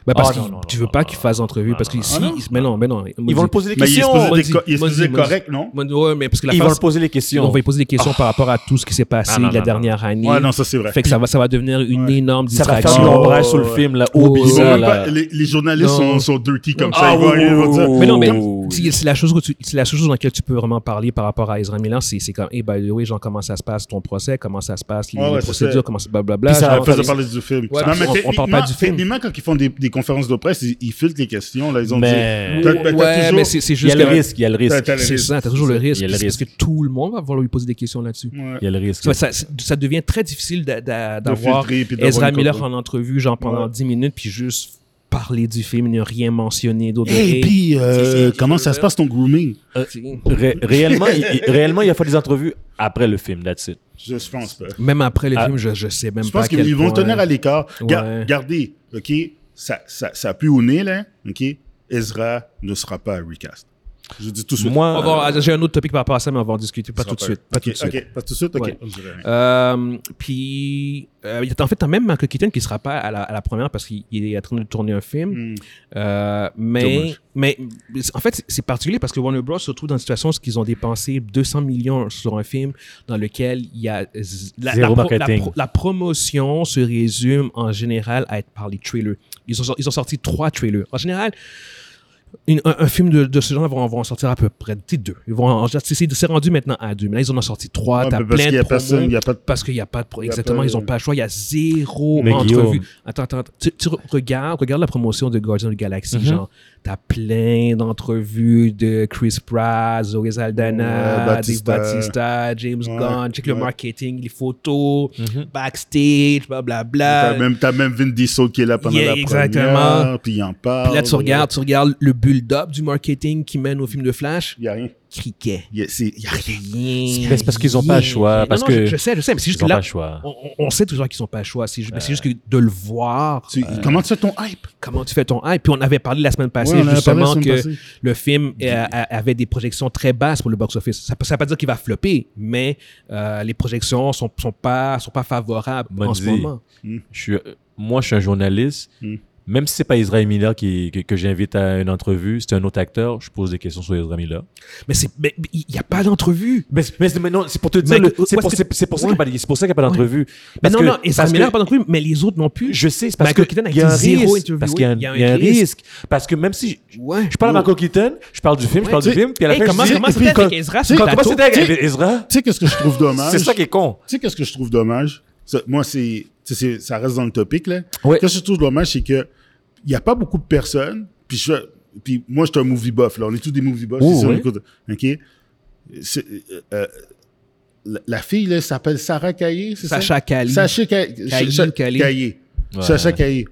A: Ben, parce
C: Ah,
A: que
C: non, non,
A: tu
C: non,
A: veux
C: non,
A: pas
C: non,
A: qu'il
C: non,
A: fasse d'entrevue
C: non,
A: parce
C: non,
A: que si,
B: non.
A: mais non, mais non.
C: Ils vont le poser des
B: Mais il est
C: questions.
B: supposé
A: Maudit,
B: être co- il est supposé être
A: maudit,
B: correct, non?
A: Ouais, mais parce que la
C: Ils vont
A: face,
C: le poser les
A: on
C: questions.
A: va lui poser des questions par rapport à tout ce qui s'est passé
C: Ah, non,
A: la
C: non,
A: dernière année.
B: Ouais, non, ça c'est vrai.
A: Fait que ça va, ça va devenir une
B: Ouais.
A: énorme
C: Ça va
A: distraction.
C: faire l'ombrage sur le
B: Ouais.
C: film, là,
A: Ils
C: au
A: vont
B: Ils vont
C: bizarre,
B: même pas-
C: là.
B: les, les journalistes
A: Non.
B: sont, sont dirty comme
C: Ah,
B: ça. Ils vont
C: oui,
B: ils vont
C: oui,
B: dire-
C: oui,
A: Mais non, mais
C: Oh.
A: si- c'est la chose que tu- c'est la chose dans laquelle tu peux vraiment parler par rapport à Ezra Milan, c'est c'est comme, hey, by the way, genre, comment ça se passe ton procès, comment ça se passe les,
B: Ouais,
A: les
B: Ah ouais, c'est ça.
A: procédures, comment ça, blablabla.
C: Puis ça
A: genre,
B: Ça faisait
A: ça-
B: parler du film.
A: Ah, Ouais,
B: non, mais
A: on- on parle pas du
B: techniquement-
A: film.
B: techniquement, quand ils font des, des conférences de presse, ils, ils filtrent les questions. Là, ils ont
C: Mais-
B: dit. T'as- t'as- t'as
A: Ouais,
B: toujours-
A: mais c'est c'est
C: Il y a
A: juste
C: le
A: que-
C: risque, il y a le risque.
B: t'as- t'as le
A: c'est
B: risque.
A: ça, t'as toujours le risque.
C: Il y a le
A: C'est parce que
C: risque.
A: tout le monde va vouloir lui poser des questions là-dessus.
B: Ouais.
C: Il y a le risque.
A: Tu vois, ça, ça devient très difficile d'a- d'a- d'avoir
B: filtrer puis d'avoir
A: Ezra
B: une
A: Miller
B: cohorte.
A: en entrevue, genre pendant
B: Ouais.
A: 10 minutes, puis juste parler du film, ne rien mentionner d'autre.
B: Hey,
A: Hey,
B: puis, euh,
A: c'est- c'est-
B: comment
A: je
B: ça
A: veux
B: se
A: dire-
B: passe ton grooming?
A: tu-
C: Ré- réellement, il, il- réellement, il va faire des entrevues après le film, that's it.
B: Je je pense pas.
A: Même après le
C: Ah,
A: film, je, je sais même
B: Je
A: pas.
B: pense qu'ils vont le tenir à l'écart. Ga-
A: Ouais.
B: Gardez, OK? Ça, ça, ça pue au nez, là. OK? Ezra ne sera pas recast. Je dis tout de suite.
C: Moi,
A: On va- J'ai un autre topic par rapport à ça, mais on va en discuter. Pas tout de suite. Pas
B: Ok,
A: tout de suite.
B: Ok, pas tout de suite, ok.
A: Ouais.
B: On dirait rien.
A: Euh, puis, euh, il y a- en fait, t'as même Michael Keaton qui sera pas à la, à la première parce qu'il il est en train de tourner un film.
B: Hmm.
A: Euh, mais,
C: Dommage.
A: mais c'est- en fait, c'est- c'est particulier parce que Warner Bros. se trouve dans une situation où ils ont dépensé 200 millions sur un film dans lequel il y a z- la,
C: Zéro
A: la pro- la
C: marketing.
A: pro- la promotion se résume en général à être par les trailers. Ils ont, sor- ils ont sorti trois trailers. En général, une- un, un film de, de ce genre vont, vont en sortir à peu près tu sais, deux. Ils vont en- c'est- c'est c'est rendu maintenant à deux. Mais là, ils en ont sorti trois.
B: Ouais,
A: Ah, T'as
B: parce
A: plein
B: qu'il
A: de
B: y a
A: promos.
B: personne, il n'y a pas de.
A: Parce qu'il n'y a pas de. pro-
B: Il y a
A: Exactement,
B: pas de-
A: ils n'ont pas le choix. Il y a zéro
C: Mais
A: entrevue.
C: Guillaume-
A: Attends, attends, attends. Tu, tu re- regardes, regarde la promotion de Guardians of the Galaxy.
C: Mhm.
A: Genre, t'as plein d'entrevues de Chris Pratt, Zoe Saldana,
B: Ouais,
A: Dave
B: Batista.
A: Batista, James
B: Ouais,
A: Gunn. Check le
B: ouais.
A: marketing, les photos,
C: Mhm.
A: backstage, blablabla.
B: T'as même, t'as même Vin Diesel qui est là pendant
A: Euh, Yeah,
B: la
A: exactement.
B: première, puis il en parle.
A: Puis là, tu regardes, tu regardes le build-up du marketing qui mène au film de Flash.
B: Il n'y a rien.
A: Criquet.
B: Il n'y a, c'est- il y a rien.
A: Rien.
C: Mais c'est parce qu'ils ont pas le choix,
A: Rien. Non,
C: parce
A: non,
C: que
A: je, je sais, je sais, mais c'est juste
C: Ils
A: que
C: ont pas
A: là,
C: le choix.
A: on,
C: Euh.
A: on- on sait toujours qu'ils sont pas le choix. C'est ju- mais c'est juste, que de le voir. euh,
B: Tu- Comment tu fais ton hype?
A: comment tu fais ton hype. Puis on avait parlé la semaine passée
B: Ouais, on avait parlé la
A: justement
B: semaine
A: que
B: passée.
A: le film euh, a- avait des projections très basses pour le box-office. Ça ne veut pas dire qu'il va flopper, mais euh, les projections ne sont, sont, pas, sont pas favorables en ce
C: Bonne idée.
A: moment.
C: Je suis, euh, moi, je suis un journaliste.
B: Mm.
C: Même si c'est pas Israël Miller qui, que, que j'invite à une entrevue, c'est un autre acteur, je pose des questions sur Israël Miller.
A: Mais c'est- mais il n'y a pas d'entrevue.
C: Mais, non, c'est pour te
A: dire, le- c'est pour- c'est-
C: pour
A: ça qu'il y a
C: ça qu'il n'y a pas
A: d'entrevue. Mais non, non, et ça pas d'entrevue, mais les autres non plus.
C: Je sais, c'est parce
A: Michael
C: que
A: Keaton a
C: il y a
A: été
C: un
A: zéro
C: risque.
A: interviewé.
C: Parce qu'il y a un, il y a un risque. Parce que même si je,
A: Ouais.
C: je parle à Michael Keaton, je parle du film, je
A: Ouais.
C: parle du film, puis à la
A: Hey,
C: fin,
A: comment-
C: je dis,
A: comment
C: et
A: c'était
C: puis
A: avec
C: quand-
A: Ezra sur
C: tu sais,
A: le
C: Comment
A: plateau?
C: c'était avec Ezra?
B: Tu sais, qu'est-ce que je trouve dommage?
C: C'est ça qui est con.
B: Tu sais, qu'est-ce que je trouve dommage? Ça- moi, c'est, tu sais, c'est- ça reste dans le topic, là.
C: Ouais.
B: Qu'est-ce que je trouve dommage, c'est que il n'y a pas beaucoup de personnes, puis je, puis moi, je suis un movie buff, là. On est tous des movie buffs,
C: Oh,
B: c'est ça, on
C: ouais.
B: écoute. OK? C'est- euh, euh, la, la fille, là, s'appelle Sarah Caillé, c'est ça?
A: Sacha Kali.
B: Sacha Caillé.
A: Caillé,
B: Sacha
A: Caillé.
B: Caillé.
C: Ouais.
B: Sacha Caillé.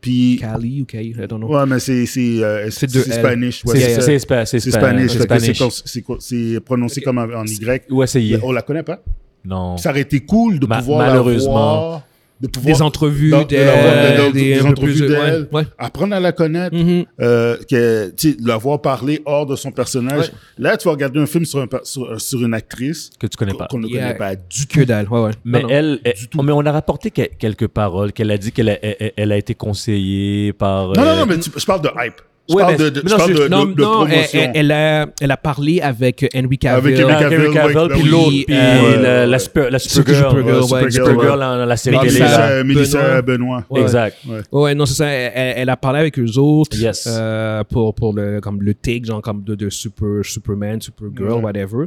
B: Puis,
A: Kali ou Kali, I don't know.
B: ouais, mais c'est, c'est, euh,
A: C'est
B: c'est,
A: deux L.
B: Spanish. Ouais,
C: C'est-
B: ça.
C: C'est spa- c'est
B: C'est
C: spa-
B: Spanish.
C: c'est
B: fait que C'est,
C: Spanish.
B: cons- c'est cons- c'est prononcé comme en, en Y.
C: Ou essayer.
B: On la connaît pas?
C: Non.
B: Ça aurait été cool de
C: Ma-
B: pouvoir
C: malheureusement.
B: la voir, de pouvoir
A: Des entrevues,
B: dans- de
A: des,
B: la voir, de- de-
A: des-
B: des
A: un peu
B: entrevues
A: plus-
B: d'elle.
A: ouais, ouais.
B: apprendre à la connaître,
A: Mhm.
B: euh, que tu sais, la voir parler hors de son personnage.
A: Ouais.
B: Là, tu vas regarder un film sur, un, per- sur, euh, sur une actrice
C: Que tu connais pas.
B: qu'on ne
A: Yeah.
B: connaît pas du tout.
A: Que dalle, ouais, ouais.
C: Mais
A: Non, non.
C: elle, elle- mais on a rapporté que- quelques paroles, qu'elle a dit qu'elle a, elle, elle a été conseillée par.
B: Non, non,
C: euh,
B: non, mais tu- je parle de hype. Je
C: Ouais,
B: parle
C: mais-
B: de, de-
C: mais
B: je
C: non,
B: parle
C: je-
B: de,
A: Non,
B: de- de
A: non, elle,
B: promotion.
A: elle- elle a, elle a parlé avec Henry Cavill.
B: Avec Henry
C: Henry
B: Cavill,
C: Cavill,
B: ben ouais,
C: puis l'autre,
A: oui,
C: puis
A: euh,
C: la, la, Super- la Supergirl.
A: Supergirl,
B: ouais,
C: Supergirl,
B: Supergirl, ouais.
C: dans, dans la série
B: Ah,
A: Mélissa
C: télé. là.
B: Mélissa, euh, Mélissa Benoît.
A: Ouais.
C: Exact.
A: Ouais, non, c'est ça. Elle, elle- elle a parlé avec eux autres
C: Yes.
A: euh, pour, pour le, comme le take, genre comme de, de super, Superman, Supergirl,
B: Ouais.
A: whatever.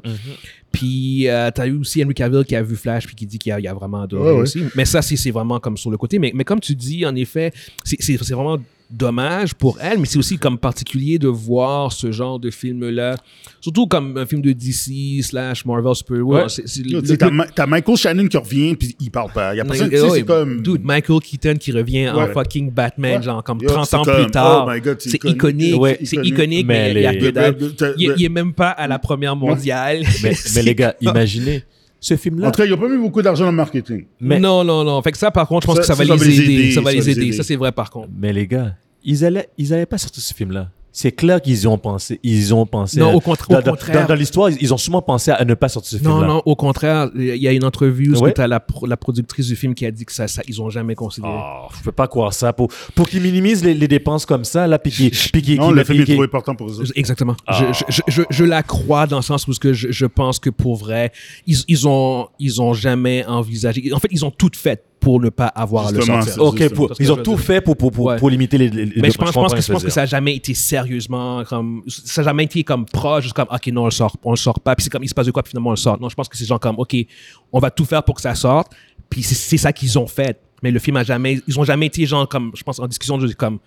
A: Puis euh, t'as eu aussi Henry Cavill qui a vu Flash puis qui dit qu'il a, il a vraiment adoré
B: Ouais, ouais.
A: aussi. Mais ça, c'est c'est vraiment comme sur le côté. Mais, mais comme tu dis, en effet, c'est c'est- c'est vraiment dommage pour elle, mais c'est aussi comme particulier de voir ce genre de film-là. Surtout comme un film de DC slash Marvel Superhero.
C: Ouais.
A: C'est- c'est
B: Tu
A: le-
B: sais, T'as
A: le-
B: Ma- t'as Michael Shannon qui revient, puis il parle pas. Il y a personne, tu sais,
A: Ouais,
B: c'est comme...
A: oh, Dude, Michael Keaton qui revient en
B: Ouais.
A: fucking Batman,
B: Ouais.
A: genre comme
B: Yo,
A: 30
B: c'est
A: ans
B: comme,
A: plus tard.
B: oh my God,
A: c'est iconique,
C: Ouais.
A: c'est iconique, mais,
C: Mais
A: il y a
C: les-
A: que dalle.
B: Mais- mais-
A: Il, il est même pas à la première mondiale.
C: Mais, mais les gars, imaginez ce
B: En
C: film-là.
B: tout cas, ils n'ont pas mis beaucoup d'argent dans le marketing.
C: Mais,
A: Non, non, non. Fait que ça, par contre, je pense
B: Ça-
A: que ça va
B: ça va
A: les
B: les
A: aider.
B: aider,
A: Ça va
B: ça
A: les
B: va les
A: aider.
B: aider.
A: Ça, c'est vrai, par contre.
C: mais les gars, ils allaient, ils allaient pas sortir ce film-là. C'est clair qu'ils y ont pensé. Ils y ont pensé.
A: Non,
C: à-
A: au contra- au
C: dans- dans-
A: contraire.
C: Dans, dans l'histoire, ils ont sûrement pensé à ne pas sortir ce
A: Non,
C: film-là.
A: non, au contraire, il y a une entrevue où
C: Ouais.
A: tu as la, pro- la productrice du film qui a dit que ça, ça ils ont jamais considéré.
C: Oh, je peux pas croire ça. Pour, pour qu'ils minimisent les, les dépenses comme ça, là, puis qu'ils. puis qu'ils-
B: Non,
C: qu'ils-
B: le film est
C: qu'ils-
B: trop important pour eux autres.
A: Exactement. Je,
B: Ah.
A: je, je, je, je la crois dans le sens où ce que je, je pense que pour vrai, ils, ils, ont, ils ont jamais envisagé. En fait, ils ont tout fait pour ne pas avoir à le
B: Justement,
A: sortir.
B: c'est-
C: Ok, pour-
A: Parce que
C: ils
A: je
C: ont
A: veux
C: tout
A: dire-
C: fait pour, pour, pour,
A: Ouais.
C: pour limiter les, les- les
A: Mais je pense, je pense
C: comprends
A: que, je
C: ce
A: pense que
C: veux
A: ça n'a jamais été sérieusement comme. Ça n'a jamais été comme proche, juste comme, OK, non, on le sort, on le sort pas. Puis c'est comme, il se passe de quoi, puis finalement, on le sort. Non, je pense que c'est genre comme, OK, on va tout faire pour que ça sorte. Puis c'est- c'est ça qu'ils ont fait. Mais le film a jamais. Ils ont jamais été genre comme, je pense, en discussion, de comme,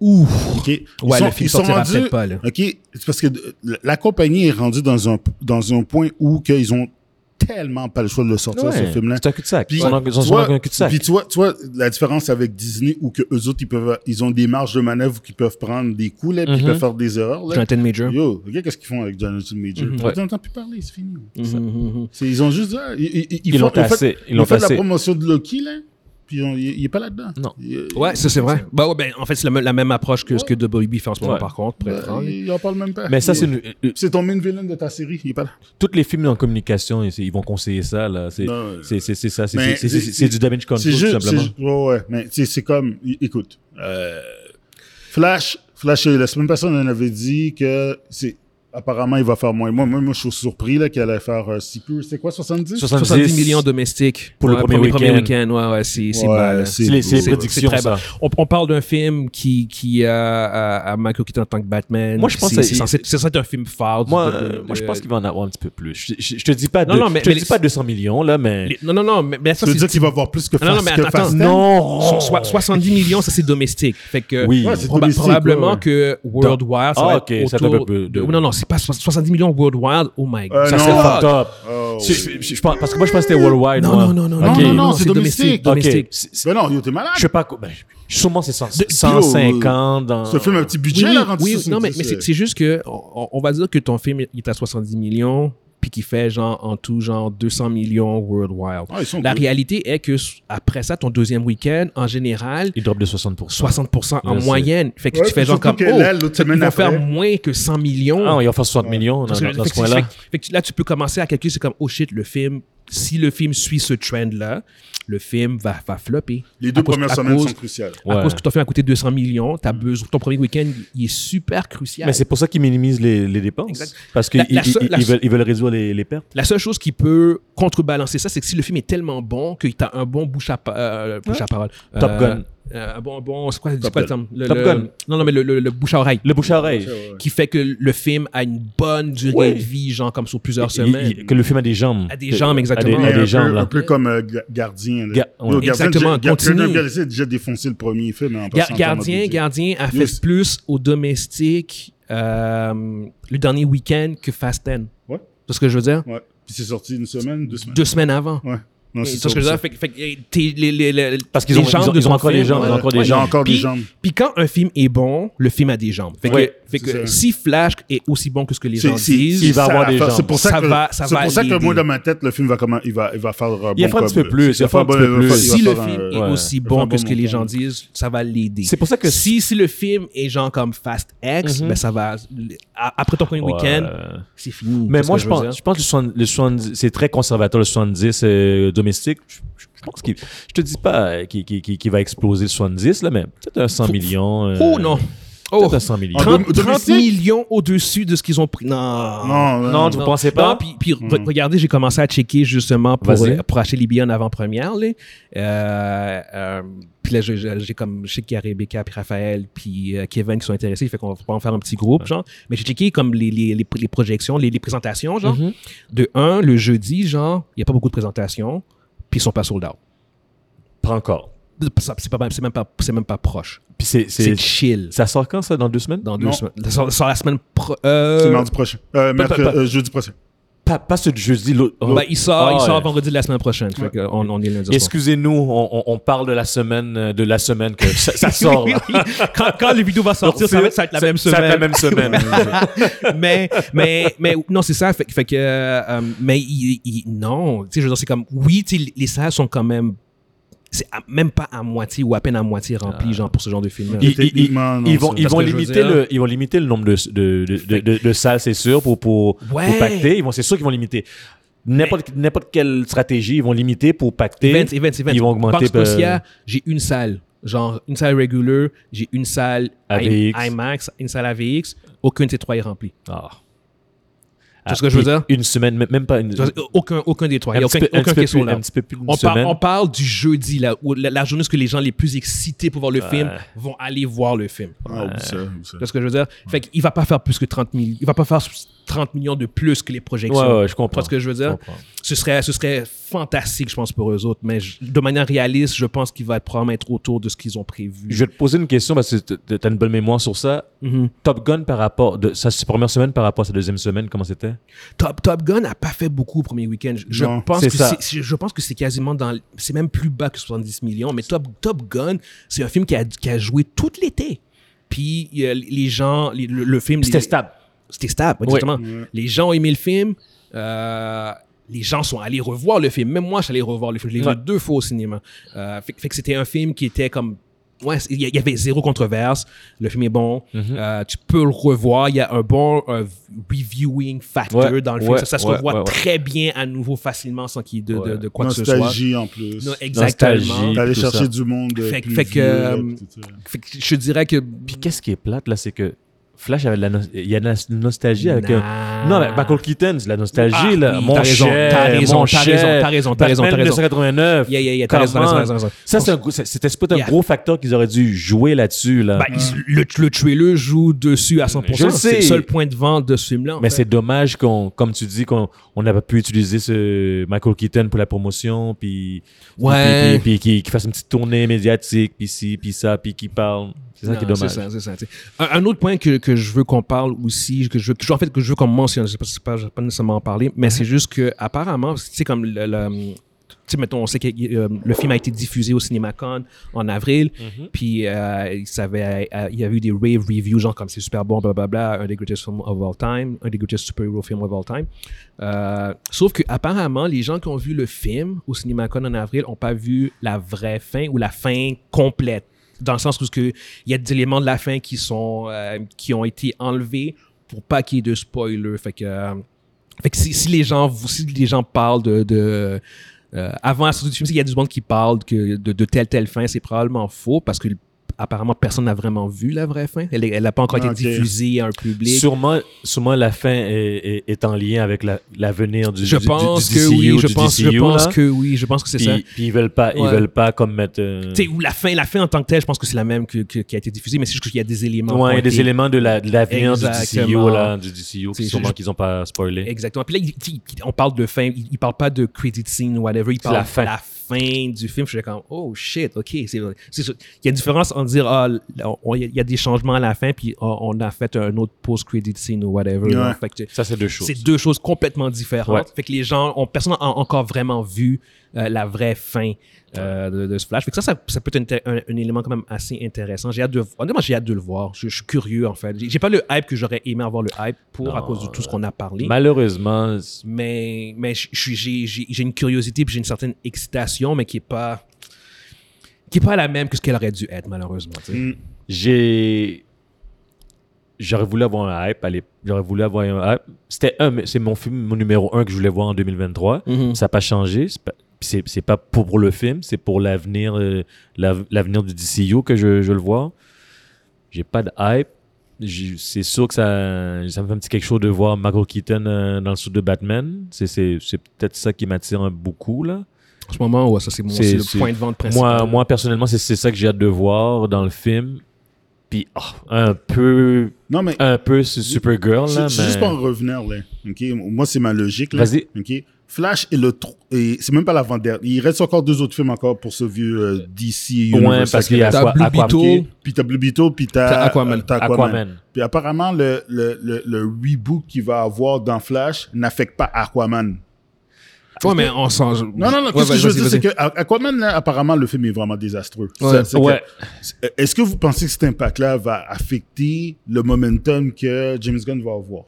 A: ouf.
B: OK. Ils
A: Ouais,
B: sont-
A: le film
B: ils sont
A: sortira
B: rendus-
A: peut-être pas, là.
B: OK, c'est parce que de- la- la compagnie est rendue dans un, dans un point où qu'ils ont tellement pas le choix de le sortir,
C: dire.
B: ce
C: Ouais,
B: film-là.
C: C'est un cul-de-sac.
B: Puis,
C: Ils ont- ils ont
B: tu
C: sûrement
B: vois-
C: un cul-de-sac.
B: Puis tu vois, tu vois, la différence avec Disney où que eux autres, ils, peuvent, ils ont des marges de manœuvre qu'ils peuvent prendre des coups, là, puis ils
C: Mhm.
B: peuvent faire des erreurs. Là.
A: Jonathan Major.
B: Yo, regarde qu'est-ce qu'ils font avec Jonathan Major.
A: Mhm.
B: On
C: Ouais.
B: n'entend plus parler, c'est fini.
A: Mhm, mhm, mhm.
B: C'est- Ils ont juste dit, ah, ils- ils- ils
C: Ils l'ont
B: font- ils font-
C: tassé. Ils
B: Ils
C: l'ont
B: ont fait la
C: tassé.
B: promotion de Loki, là. Puis on- il il est pas là-dedans.
C: Non.
B: Il-
A: Ouais, ça c'est vrai. Bah ouais, ben, en fait, c'est la, me- la même approche que ce que WB fait en ce moment,
C: Ouais.
A: par contre, pour
B: Ben,
A: être franc.
B: il il en parle même pas.
C: Bah, Mais ça,
B: Il-
C: c'est une- euh, euh,
B: C'est ton main villain de ta série. Il est pas là.
C: Toutes les films en communication, ils ils vont conseiller ça, là. C'est
B: Non,
C: c'est- c'est- c'est ça. c'est-
B: Mais
C: C'est c'est-
B: c'est-
C: c'est du damage control,
B: C'est
C: tout
B: juste. c'est
C: simplement.
B: ju- Ouais, ouais. Mais tu sais, c'est comme. é- Écoute. euh, Flash, Flash, euh, la semaine passée, on en avait dit que c'est. Apparemment, il va faire moins. Moi, moi, moi je suis surpris là, qu'il allait faire euh, si peu. C'est quoi, 70?
A: 70 millions domestiques
C: Pour le
A: Ouais,
C: premier
A: les premiers
C: week-end.
A: week-ends. Ouais, ouais, c'est c'est
B: Ouais,
A: mal.
B: c'est-
C: C'est les, c'est les
A: C'est-
C: prédictions,
A: c'est très
C: ça.
A: On, on parle d'un film qui, qui a à, à Michael Keaton en tant que Batman.
C: Moi, je pense
A: C'est-
C: que-
A: c'est censé c'est censé être un film phare. du-
C: Moi,
A: de-
C: euh,
A: de-
C: moi, je pense qu'il va en avoir un petit peu plus. Je, je- je te dis pas,
A: Non,
C: de-
A: non, mais-
C: je te
A: mais
C: dis
A: les-
C: pas 200 millions, là, mais...
A: Les- Non, non, non, mais, mais ça,
B: Tu veux
A: c'est-
B: dire qu'il va avoir plus que
A: Ah, non,
B: Fast,
A: non, mais
B: que
A: attends,
B: Fast Ten?
A: so-
C: Non!
A: so- 70 millions, ça c'est domestique. Fait que
C: Oui.
B: Ouais, c'est
A: proba-
B: domestique,
A: probablement
B: ouais, ouais.
A: que Worldwide, ça
C: Ah,
A: va
C: ok,
A: être
C: ça fait un
A: autour...
C: peu de-
A: Non, non, c'est pas so- 70 millions Worldwide. Oh my God.
B: Euh,
C: Ça,
B: non.
C: c'est fucked up.
B: Oh,
C: Je- je- je- je pense- parce que moi, je pense que c'était worldwide,
A: Non,
C: moi.
A: non, non, non,
C: Ah, Ok.
A: non, non,
B: non,
A: non,
B: c'est
A: c'est domestique.
C: Ok.
A: domestique.
C: C'est- c'est-
B: Ben non, yo, t'es malade.
C: Je sais pas... quoi- Ben, je- sûrement, c'est cent-
A: De-
C: 150 dans...
B: oh, Ce film a un petit
A: Oui,
B: budget,
A: oui,
B: là, rendu
A: oui,
B: 70,
A: non, mais, mais c'est
B: euh,
A: c'est juste que on, on va dire que ton film il est à 70 millions, puis qu'il fait genre en tout genre 200 millions worldwide.
B: Ah, ils sont
A: La
B: cool.
A: réalité est que s- après ça, ton deuxième week-end, en général,
C: Il drop de 60%.
A: 60% en
C: Je sais.
A: moyenne. Fait que
B: Ouais,
A: tu fais genre comme,
B: surtout que
A: oh,
B: là, l'autre
A: ils
B: semaine
A: vont
B: après-
A: faire moins que 100 millions.
C: Ah, il va faire 60 millions dans,
A: Parce que-
C: dans- dans
A: fait
C: ce
A: que-
C: coin-là.
A: fait- fait que là, tu peux commencer à calculer, c'est comme, oh shit, le film, si le film suit ce trend-là, le film va, va flopper.
B: Les deux
A: À cause-
B: premières
A: à
B: semaines
A: cause-
B: sont cruciales.
A: À
C: Ouais. Mm.
A: cause que ton film a coûté 200 millions, t'as besoin, ton premier week-end, il est super crucial.
C: Mais c'est pour ça qu'ils minimisent les, les dépenses.
A: Exact.
C: Parce qu'ils
A: La- la seule- la
C: veulent, ils veulent réduire les, les pertes.
A: La seule chose qui peut contrebalancer ça, c'est que si le film est tellement bon que t'as un bon bouche à, pa- euh, bouche à parole.
C: Top
A: Euh,
C: Gun.
A: euh, un bon, un bon, c'est quoi, c'est
B: Top
A: quoi le
B: Gun.
A: terme Le-
C: Top
A: le-
C: Gun.
A: Non, non, mais le, le- le bouche à oreille.
C: Le bouche à oreille.
A: Qui fait que le film a une bonne durée
C: Oui.
A: de vie, genre comme sur plusieurs
C: Il-
A: semaines.
C: il- que le film a des jambes.
A: A des jambes, exactement.
C: A
B: Mais
C: des,
A: Ouais,
C: a des
B: un,
C: jambes,
B: peu, un
C: là.
B: peu comme euh, Ga- Gardien. là.
C: Ga- ouais.
B: Yo, Gardien,
A: Exactement,
B: déjà- Gardien,
A: continue.
B: Gardien, a déjà défoncé le premier film. hein, en
A: Ga-
B: passant
A: gardien,
B: comme un
A: gardien a fait
B: Yes.
A: plus au domestique euh, le dernier week-end que Fast 10.
B: Ouais.
A: C'est ce que je veux dire?
B: Ouais. Puis c'est sorti une semaine, deux semaines.
A: Deux semaines avant.
B: Ouais. Non,
A: Et C'est ce que je veux dire? Fait, que- fait que, euh, t'es- les- les- les-
C: Parce qu'ils
A: les
C: ont- ils ont-
A: de
C: ils ont
A: ton
C: encore des
A: film,
C: jambes, ils ont
A: ouais.
C: encore des
B: Ouais, il y a
C: jambes.
B: encore des
A: Puis-
B: jambes.
A: Puis quand un film est bon, le film a des jambes. Fait que,
C: Ouais,
A: fait que
B: c'est ça.
A: si Flash est aussi bon que ce que les
B: C'est-
A: gens
B: c'est-
A: disent,
B: c'est
C: il va
B: ça
C: avoir
B: la
C: des
B: force.
C: jambes.
B: C'est pour ça,
A: Ça
B: que,
A: va- ça
B: c'est
A: va
B: pour ça que
A: l'aider.
B: moi, dans ma tête, le film va, comment, il va, il va faire euh,
C: Il va
B: bon
C: faire un
B: comme,
C: petit peu
B: euh,
C: plus, il va
B: va
C: faire un
B: bon,
C: petit peu
B: il va
C: plus.
A: si
B: va
A: le
B: faire
A: film
B: un-
A: est
C: ouais.
A: aussi
B: va
A: bon
B: faire
A: que
B: un
A: ce
B: bon
A: que les
B: montant.
A: gens disent, ça va l'aider.
C: C'est pour ça que...
A: Si, si le film est genre comme Fast X,
C: Mhm.
A: ben ça va. a- Après ton premier
C: Ouais.
A: week-end, c'est fini.
C: Mais
A: C'est ce
C: moi,
A: que
C: je
A: veux
C: pense,
A: dire.
C: je pense que le 70 le 70 c'est très conservateur, le 70 euh, domestique. Je, je- je pense qu'il... Je te dis pas euh, qu'il qu'il- qu'il- qu'il va exploser le 70, là, mais peut-être un 100
A: Faut-
C: millions. euh,
A: Oh non! Oh!
C: Peut-être un 100 millions.
B: En
A: 30,
B: dom-
A: 30
B: domestique?
A: millions au-dessus de ce qu'ils ont pris. Non!
B: Non,
C: Non, tu- Vous pensez pas? Hmm.
A: Non, puis, puis re- regardez, j'ai commencé à checker justement pour,
C: Vas-y.
A: euh, pour acheter les billets en avant-première. là. Euh, euh, puis là, je- je- j'ai comme, je sais qu'il y a Rebecca, puis Raphaël, puis euh, Kevin qui sont intéressés. Fait qu'on va pouvoir en faire un petit groupe, genre. Mais j'ai checké comme les, les, les, les projections, les, les présentations, genre.
C: Mhm.
A: De un, le jeudi, genre, il n'y a pas beaucoup de présentations, puis ils sont pas sold out.
C: Pas encore.
A: Ça- C'est pas même- c'est même, pas- c'est même pas proche.
C: Puis c'est...
A: C'est
C: c'est-
A: chill.
C: Ça sort quand, ça? Dans deux semaines?
A: Dans deux
B: Non.
A: semaines. Sur, sur la semaine pro. euh,
B: C'est mardi prochain. Euh, mercredi-
C: pas- pas-
B: euh, jeudi prochain.
C: Pas, pas ce jeudi, l'autre.
A: ben, il sort,
C: Ah,
A: il sort
C: ouais.
A: vendredi de la semaine prochaine. Fait que on, on est lundi. soir.
C: Excusez-nous, on, on- on parle de la semaine euh, de la semaine que ça, ça sort. là.
A: quand, quand les vidéos va sortir, ça va, être- ça va être la même semaine.
C: Ça va être la même semaine.
A: mais, mais, mais, non, c'est ça. Fait, fait que, euh, mais il, il- non, tu sais, je veux dire, c'est comme, oui, tu sais, les salles sont quand même, c'est à- même pas à moitié ou à peine à moitié remplies, genre, pour ce genre de film.
C: Ils- ils- ils-
B: Techniquement, non,
C: ils vont,
B: ça-
C: ils
A: parce
C: vont
A: que hein. je veux
C: limiter
A: dire-
C: le, ils vont limiter le nombre de, de, de, de, de- de salles, c'est sûr, pour, pour, pour
A: Ouais.
C: pacter. Ils vont, c'est sûr qu'ils vont limiter. N'importe, n'importe quelle stratégie, ils vont limiter pour pacter.
A: Events, events, events.
C: Ils vont augmenter,
A: Parce que
C: euh,
A: aussi, ah, j'ai une salle, genre, une salle régulière, j'ai une salle I-
C: AVX.
A: IMAX, une salle AVX, aucune de ces trois est remplie.
C: Ah.
A: vois ce que je veux dire?
C: Une semaine, même- même pas une.
A: Je veux dire, Aucun, aucun des trois. Il
C: un
A: n'y a
C: petit
A: aucun,
C: peu- un
A: aucun
C: petit peu
A: qui est sur
C: plus-
A: là.
C: un petit peu plus d'une
A: On, parle-
C: semaine.
A: on parle du jeudi, là, où la, la journée où ce que les gens les plus excités pour voir le film vont aller voir le film.
B: Ah, oublie ça, oublie ça.
A: Tu vois ce que je veux dire? Fait qu'il va pas faire plus que 30 millions. Il va pas faire 30 millions de plus que les projections.
C: Ouais, ouais, je
A: Tu vois
C: comprends.
A: ce que je veux
C: Je
A: dire?
C: comprends.
A: Ce serait, ce serait fantastique, je pense, pour eux autres. Mais je- de manière réaliste, je pense qu'il va probablement être autour de ce qu'ils ont prévu.
C: Je vais te poser une question parce que tu as une bonne mémoire sur ça.
A: Mhm.
C: Top Gun par rapport de sa première semaine par rapport à sa deuxième semaine, comment c'était
A: Top, Top Gun n'a pas fait beaucoup au premier week-end. Je- Je,
B: Non,
A: pense
C: c'est
A: que
C: ça.
A: c'est- je pense que c'est quasiment dans. C'est même plus bas que 70 millions. Mais Top, Top Gun, c'est un film qui a, qui a joué tout l'été. Puis euh, les gens. les- le, le film.
C: C'était
A: les-
C: stable.
A: C'était stable, exactement. Les gens ont aimé le film. euh, les gens sont allés revoir le film. Même moi, je suis allé revoir le film. Je l'ai
C: Ouais.
A: vu deux fois au cinéma. Euh, fait, fait que c'était un film qui était comme... Ouais, il y a- il y avait zéro controverse. Le film est bon.
C: Mhm.
A: Euh, tu peux le revoir. Il y a un bon euh, reviewing factor
C: Ouais,
A: dans le film.
C: ouais,
A: ça, ça se
C: ouais,
A: revoit
C: ouais, ouais.
A: très bien à nouveau facilement sans qu'il y ait de, de-
C: Ouais.
A: de quoi que ce soit.
B: Nostalgie en plus.
A: Non, exactement.
C: Nostalgie.
B: T'allais
C: tout
B: chercher
C: ça.
B: du monde. euh,
A: Fait-
B: plus
A: fait que,
B: vieux, là,
A: euh,
B: pis tout ça.
A: Fait que je dirais que...
C: Puis qu'est-ce qui est plate, là, c'est que Flash avait de la nos- il y a de la nostalgie avec un-
A: Nah.
C: Non, mais Michael Keaton, c'est de la nostalgie,
A: Ah,
C: là.
A: oui,
C: Mon
A: t'as raison,
C: cher,
A: t'as raison,
C: mon
A: t'as
C: cher.
A: raison, t'as raison, t'as raison,
C: Batman
A: t'as raison.
C: 1989.
A: Yeah, yeah, yeah, t'as raison,
C: Comment?
A: t'as raison, t'as raison.
C: Ça, c'est un gros- c'est- c'était peut-être un
A: Yeah.
C: gros facteur qu'ils auraient dû jouer là-dessus, là.
A: Bah, il- le, le tuer-le joue dessus à 100%.
C: Je le
A: C'est le
C: sais.
A: seul point de vente de ce film-là. en
C: Mais
A: fait.
C: c'est dommage qu'on, comme tu dis, qu'on on n'a pas pu utiliser ce Michael Keaton pour la promotion, puis
A: Ouais.
C: puis- puis- puis qu'il qu'il fasse une petite tournée médiatique, puis ci, puis ça, puis qu'il parle. C'est ça qui est
A: Non,
C: dommage.
A: ça, c'est ça, tu sais. un, un autre point que, que je veux qu'on parle aussi, que je, veux- que je- en fait que je veux qu'on mentionne, je sais pas si c'est pas, je vais pas nécessairement en parler, mais c'est juste que apparemment, tu sais comme le, le- tu sais, mettons, on sait que euh, le film a été diffusé au CinemaCon en avril,
C: Mm-hmm.
A: puis euh, il, savait, euh, il y a eu des rave reviews, genre comme c'est super bon, blablabla, un des greatest films of all time, un des greatest superhero films of all time. Euh, sauf que apparemment, les gens qui ont vu le film au CinemaCon en avril n'ont pas vu la vraie fin ou la fin complète dans le sens où ce que il y a des éléments de la fin qui sont euh, qui ont été enlevés pour pas qu'il y ait de spoilers. Fait que, euh, fait que si, si les gens vous- si les gens parlent de, de euh, avant la sortie du film, s'il y a du monde qui parle que de, de telle telle fin, c'est probablement faux parce que apparemment personne n'a vraiment vu la vraie fin. Elle est- elle n'a pas
C: Ah,
A: encore été
B: Ok.
A: diffusée à un public.
C: Sûrement, sûrement la fin est, est- est en lien avec la- l'avenir du,
A: je
C: du- du-
A: pense
C: du
A: que
C: DCU,
A: oui, je
C: du
A: pense, je
C: DCU,
A: pense
C: là.
A: que oui, je pense que c'est
C: Puis,
A: ça.
C: puis ils veulent pas, ils
A: Ouais.
C: veulent pas comme mettre. euh,
A: Tu sais, ou la fin, la fin en tant que telle, je pense que c'est la même que, que- qui a été diffusée, mais c'est juste qu'il y a des éléments. qui ont
C: ouais, des
A: été-
C: éléments de la- de l'avenir du
A: Exactement.
C: DCU là, du DCU,
A: C'est-
C: qui sûrement
A: je-
C: qu'ils ont pas spoilé.
A: Exactement. Puis là, il- il- il- on parle de fin. Il, il parle pas de credit scene ou whatever. Il parle
C: la fin.
A: de la fin du film. Je suis comme, oh shit, ok. c'est- c'est sûr. Il y a une différence en dire, ah, l- on- il y a- il y a des changements à la fin, puis ah, on a fait un autre post-credit scene ou whatever.
B: Ouais.
A: là. Fait que
C: Ça, c'est deux choses.
A: c'est deux choses complètement différentes.
C: Ouais.
A: Fait que les gens, ont, personne n'a en- encore vraiment vu euh, la vraie fin euh, de, de ce flash. Fait que ça, ça, ça peut être un, un- un élément quand même assez intéressant. J'ai hâte de, honnêtement, j'ai hâte de le voir. Je, je suis curieux en fait. J'ai j'ai pas le hype que j'aurais aimé avoir le hype pour à
C: Non,
A: cause de tout ce qu'on a parlé
C: Malheureusement, c'est-
A: mais mais je- je suis- j'ai j'ai- j'ai une curiosité puis j'ai une certaine excitation mais qui est pas qui est pas la même que ce qu'elle aurait dû être malheureusement tu sais.
B: Mm.
C: j'ai. J'aurais voulu avoir un hype. allez, J'aurais voulu avoir un hype. C'était un, mais c'est mon film, mon numéro un que je voulais voir en 2023.
A: Mhm.
C: Ça n'a pas changé. C'est pas- puis C'est c'est pas pour, pour le film, c'est pour l'avenir euh, l'av- l'avenir du DCU que je, je le vois. J'ai pas de hype. J'ai- C'est sûr que ça, ça me fait un petit quelque chose de voir Michael Keaton euh, dans le sou de Batman. C'est- C'est c'est peut-être ça qui m'attire un beaucoup. Là.
A: en ce moment ouais ça c'est mon
C: C'est-
A: c'est le
C: c'est-
A: point de vente principal
C: Moi, moi, personnellement, c'est c'est ça que j'ai hâte de voir dans le film. Puis, ah, un peu,
B: Non, mais
C: un peu ce Supergirl.
B: c'est
C: Là,
B: c'est
C: Euh, mais...
B: juste pour en revenir, là. OK? Moi, c'est ma logique, là.
C: Vas-y.
B: OK? Flash est le... tr- et C'est même pas l'avant-dernier. Il reste encore deux autres films encore pour ce vieux euh, DC
C: Ouais,
B: Universe.
C: parce qu'il y a
A: T'as
C: Aqua-
A: Blue
C: Aquaman.
A: Beetle.
B: OK? Puis t'as Blue Beetle, puis
A: T'as
B: t'as euh,
A: Aquaman.
B: t'as
C: Aquaman.
B: Puis apparemment, le, le, le, le reboot qu'il va avoir dans Flash n'affecte pas Aquaman.
A: ouais mais on s'en
B: Non, non, non. Qu'est-ce que je veux dire, c'est que à- Aquaman, là, apparemment, le film est vraiment désastreux.
A: Ouais.
B: Ça, c'est que-
C: Ouais.
B: c'est- Est-ce que vous pensez que cet impact-là va affecter le momentum que James Gunn va avoir?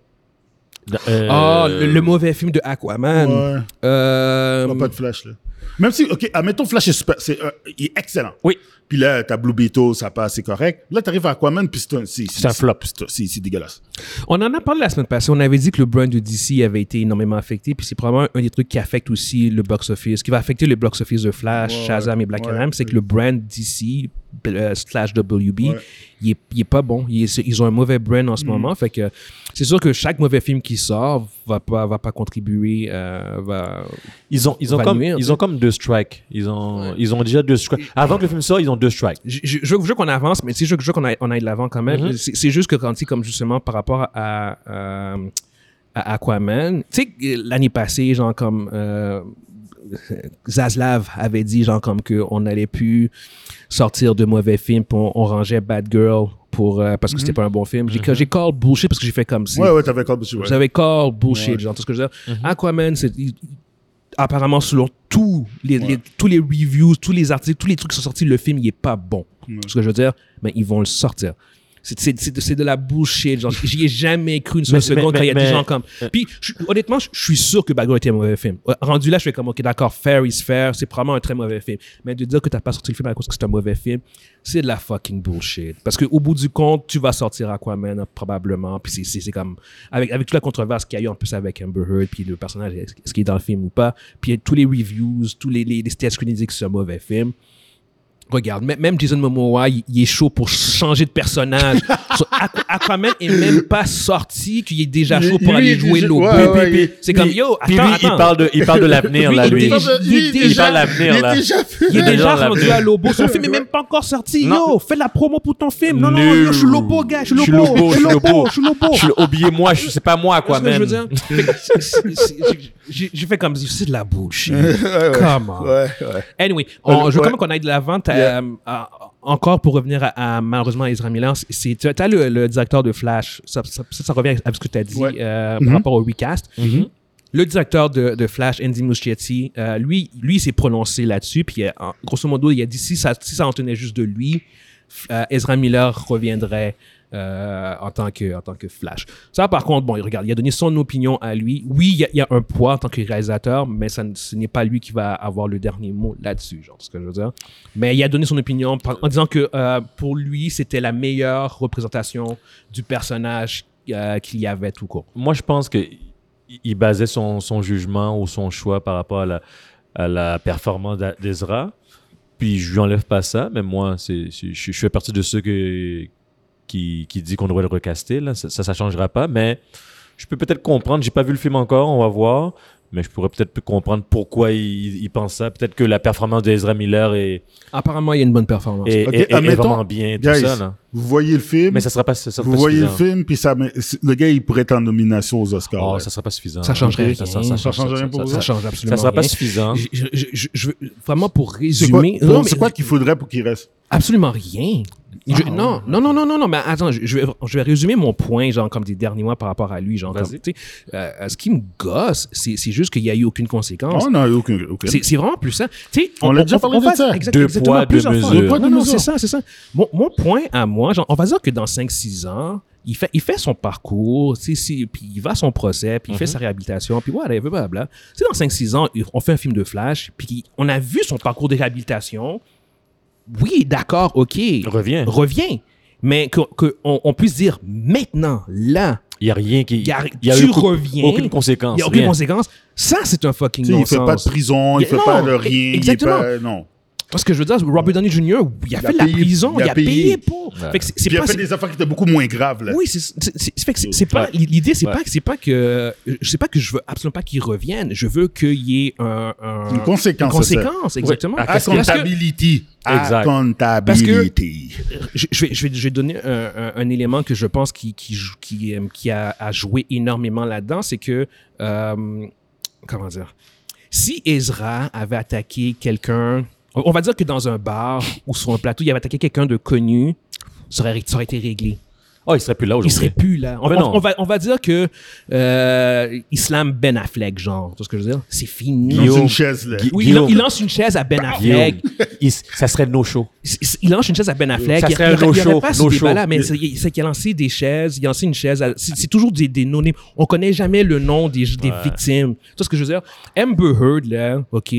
C: Euh,
A: ah le, le mauvais film de Aquaman
B: Ouais.
A: Euh,
B: On a pas de Flash, là. Même si, OK, admettons, Flash est super, c'est, euh, il est excellent.
C: Oui.
B: Puis là, t'as Blue Beetle, ça passe, c'est correct. Là, t'arrives à Aquaman, puis c'est un, c'est,
C: C'est un flop.
B: c'est un- C'est, c'est dégueulasse.
A: On en a parlé la semaine passée. On avait dit que le brand de DC avait été énormément affecté, puis c'est probablement un des trucs qui affecte aussi le box-office, qui va affecter le box-office de Flash,
B: Ouais,
A: Shazam et Black
B: ouais,
A: Adam, c'est
B: ouais.
A: que le brand DC euh, slash WB,
B: Ouais. Mm.
A: il, est, il est pas bon. Il est- ils ont un mauvais brand en ce moment, fait que c'est sûr que chaque mauvais film qui sort va pas va pas contribuer. euh, va...
C: Ils ont, ils ont
A: va
C: comme,
A: nuire, hein. tu
C: ils ont comme deux strikes. Ils ont, ils ont déjà deux strikes. Avant que le film sorte, ils ont deux strikes.
A: Je, je- je veux- je veux qu'on avance, mais tu sais, je veux, je veux qu'on aille, on aille de l'avant quand même.
B: Mm-hmm.
C: Mhm.
A: C'est- C'est juste que quand tu sais, comme justement par rapport à, euh, à Aquaman, tu sais, que l'année passée, genre comme euh, Zaslav avait dit, genre comme qu'on n'allait plus sortir de mauvais films, puis on, on rangeait Bad Girl pour, euh, parce que c'était pas un bon film. J'ai j'ai call bullshit parce que j'ai fait comme si.
B: Mm-hmm. Ouais, ouais, t'avais encore dessus, ouais.
A: J'avais corps bullshit,
B: Ouais.
A: genre tout ce que je veux dire. Aquaman, c'est il- il- apparemment selon tous les, les- tous les reviews, tous les articles, tous les trucs qui sont sortis, le film il est pas bon.
B: Ouais.
A: Ce que je veux dire, mais ils vont le sortir. C'est- C'est c'est de, c'est de la bullshit. Genre, j'y ai jamais cru une seule
C: Mais-
A: seconde
C: mais-
A: quand il y a
C: mais-
A: des gens comme. Puis, je- honnêtement, je je suis sûr que Bago était un mauvais film. Euh, Rendu là, je fais comme, OK, d'accord, fair is fair. C'est probablement un très mauvais film. Mais de dire que t'as pas sorti le film à cause que c'est un mauvais film, c'est de la fucking bullshit. Parce qu'au bout du compte, tu vas sortir Aquaman, hein, probablement. Puis, c'est- c'est c'est comme. Avec, avec toute la controverse qu'il y a eu en plus avec Amber Heard, puis le personnage, est-ce est-ce qu'il est dans le film ou pas. Puis, tous les reviews, tous les, les, les stats qui disent que c'est un mauvais film. Regarde, mè- même Jason Momoa, il, il est chaud pour changer de personnage. So, Aqu- Aquaman est même pas sorti qu'il est déjà
B: Lui-
A: chaud pour
B: lui,
A: aller
B: il est
A: jouer
B: déjà-
A: l'eau.
B: ouais, ouais, il-
A: C'est comme, yo,
C: Puis
A: attends,
C: lui, il
A: attends.
C: parle de, il parle de l'avenir, là,
A: Lui,
C: lui.
A: il est- il est déjà-
C: l'avenir,
B: il est
C: là.
B: déjà fait.
A: Il est déjà
C: dans la
A: rendu
C: pub.
A: à Lobo. Son film est même pas encore sorti.
C: Non.
A: Yo, fais de la promo pour ton film. Non, non,
C: Nul.
A: yo, je suis Lobo, gars. Je suis Lobo. Je suis Lobo. Je suis Lobo.
C: Je suis oubliez-moi, je sais pas moi, quoi,
A: Tu vois ce
C: même.
A: que je veux dire? Fait que c'est- c'est- c'est- J'ai j'ai fait comme c'est de la bullshit. Come on.
B: Ouais, ouais.
A: Anyway, on-
B: Ouais,
A: je veux
B: ouais.
A: quand même qu'on aille de l'avant. T'as,
B: Yeah.
A: euh, à- Encore pour revenir à, à, malheureusement à Ezra Miller, c'est- c'est- tu as le, le directeur de Flash, ça, ça- ça- ça revient à ce que tu as dit
B: Ouais. Mm-hmm.
A: euh,
B: Mhm.
A: par rapport au recast. Le directeur de, de Flash, Andy Muschietti, euh, lui, lui il s'est prononcé là-dessus, puis euh, en- grosso modo, il a dit si ça, si ça en tenait juste de lui, euh, Ezra Miller reviendrait euh, en, tant que, en tant que Flash. Ça, par contre, bon, regarde, il a donné son opinion à lui. Oui, il y a, il y a un poids en tant que réalisateur, mais ça, ne- ce n'est pas lui qui va avoir le dernier mot là-dessus, genre, ce que je veux dire. Mais il a donné son opinion par- en disant que euh, pour lui, c'était la meilleure représentation du personnage euh, qu'il y avait tout court.
C: Moi, je pense que il- il basait son, son jugement ou son choix par rapport à la, à la performance d'A- d'Ezra. Puis je lui enlève pas ça, mais moi, c'est, c'est- je, je fais partie de ceux que, qui, qui dit qu'on devrait le recaster. Là. Ça, ça, ça changera pas, mais je peux peut-être comprendre. J'ai pas vu le film encore, on va voir. Mais je pourrais peut-être comprendre pourquoi il, il pense ça. Peut-être que la performance d'Ezra Miller est,
A: Apparemment, il y a une bonne performance.
C: est-
B: Ok,
C: est- est
B: admettons,
C: vraiment bien, tout
B: guys,
C: ça. là.
B: Vous voyez le film.
C: Mais ça sera pas, ça sera
B: vous
C: pas
B: voyez le
C: suffisant.
B: film, puis ça, met- c'est- le gars, il pourrait être en nomination aux Oscars.
C: Oh,
B: là.
C: ça sera pas suffisant.
A: Ah, Ça changerait
C: Ça,
A: rien.
C: ça, ça,
B: Ça change rien pour vous
A: ça
C: Ça,
A: change
C: ça
A: absolument
C: sera pas
A: rien.
C: suffisant. hein.
A: Je- je- je- je- je veux- vraiment pour
B: c'est quoi,
A: résumer,
B: pour-
A: non,
B: c'est
A: mais-
B: quoi qu'il faudrait pour qu'il reste
A: absolument rien. Je- non, non, non, non, non, non, mais attends, je, je vais, je vais résumer mon point, genre, comme des derniers mois par rapport à lui, genre, comme,
C: Vas-y.
A: tu sais, euh, euh, ce qui me gosse, c'est c'est juste qu'il n'y a eu aucune conséquence.
B: Oh non, aucun. aucun.
A: C'est c'est vraiment plus ça. Tu sais,
B: On l'a déjà parlé de
A: va-
B: ça.
A: exact-
C: Deux
A: exactement,
C: poids, deux
A: plusieurs fois.
C: mesures. Deux
B: poids, deux
A: non, non,
B: mesures.
A: c'est ça, c'est ça. Mon, mon point à moi, genre, on va dire que dans 5-6 ans, il fait, il fait son parcours, tu sais, si- puis il va à son procès, puis il fait sa réhabilitation, puis voilà, blablabla. Tu sais, dans 5-6 ans, on fait un film de Flash, puis on a vu son parcours de réhabilitation. Oui, d'accord, OK.
C: Reviens.
A: Reviens. Mais qu'on que on- on puisse dire maintenant, là,
C: Il n'y a rien qui.
A: y a-
C: y
A: tu
C: eu co-
A: reviens.
C: Aucune conséquence.
A: il n'y a aucune
C: rien.
A: conséquence, ça, c'est un fucking
B: Tu sais, il
A: non
B: ne fait pas de prison, il
A: Y-
B: ne fait
A: non,
B: pas de rien. il est
A: exactement.
B: pas- non.
A: Parce que je veux dire, Robert Downey Jr., il a,
B: Il a
A: fait de la
B: payé-
A: prison, il a, payé. pour.
C: Ouais.
A: Fait que c'est- c'est
B: Puis il a
A: pas-
B: fait des affaires qui étaient beaucoup moins graves. Là.
A: Oui, c'est- c'est- c'est fait que c'est- c'est pas
C: Ouais.
A: l'idée, c'est
C: Ouais.
A: pas que c'est pas que je sais pas que je veux absolument pas qu'il revienne. Je veux qu'il y ait un, un-
B: Une conséquence. c'est ça.
A: conséquence, exactement.
C: Ah,
A: Parce que- parce que-
B: Accountability.
C: Exact.
B: Accountability.
A: je, je vais, je, vais, je vais donner un, un- un élément que je pense qui, qui, jou- qui, euh, qui a, a joué énormément là-dedans, c'est que, euh, comment dire, si Ezra avait attaqué quelqu'un, on on va dire que dans un bar ou sur un plateau, il avait attaqué quelqu'un de connu, ça aurait, ça aurait été réglé.
C: Oh, il serait plus là
A: Il
C: aujourd'hui.
A: serait plus là. On,
C: Mais
A: on-
C: Ben non.
A: on va, on va dire que euh, Islam Ben Affleck, genre, tu vois ce que je veux dire? C'est fini.
B: Dans
C: Guillaume.
B: une chaise, là.
C: Gui-
A: Oui, il, lan-
C: Guillaume.
A: il lance une chaise à Ben Affleck.
C: Guillaume, il- ça serait no show.
A: il il lance une chaise à Ben Affleck.
C: Ça
A: il y
C: serait un
A: a- il y aurait- il y
C: no-show,
A: aurait pas ce
C: no-show.
A: débat-là, mais c'est c'est qu'il a lancé des chaises, il a lancé une chaise. à- C'est c'est toujours des, des non-names. On connaît jamais le nom des, des victimes. Tu vois ce que je veux dire? Amber Heard, là, OK,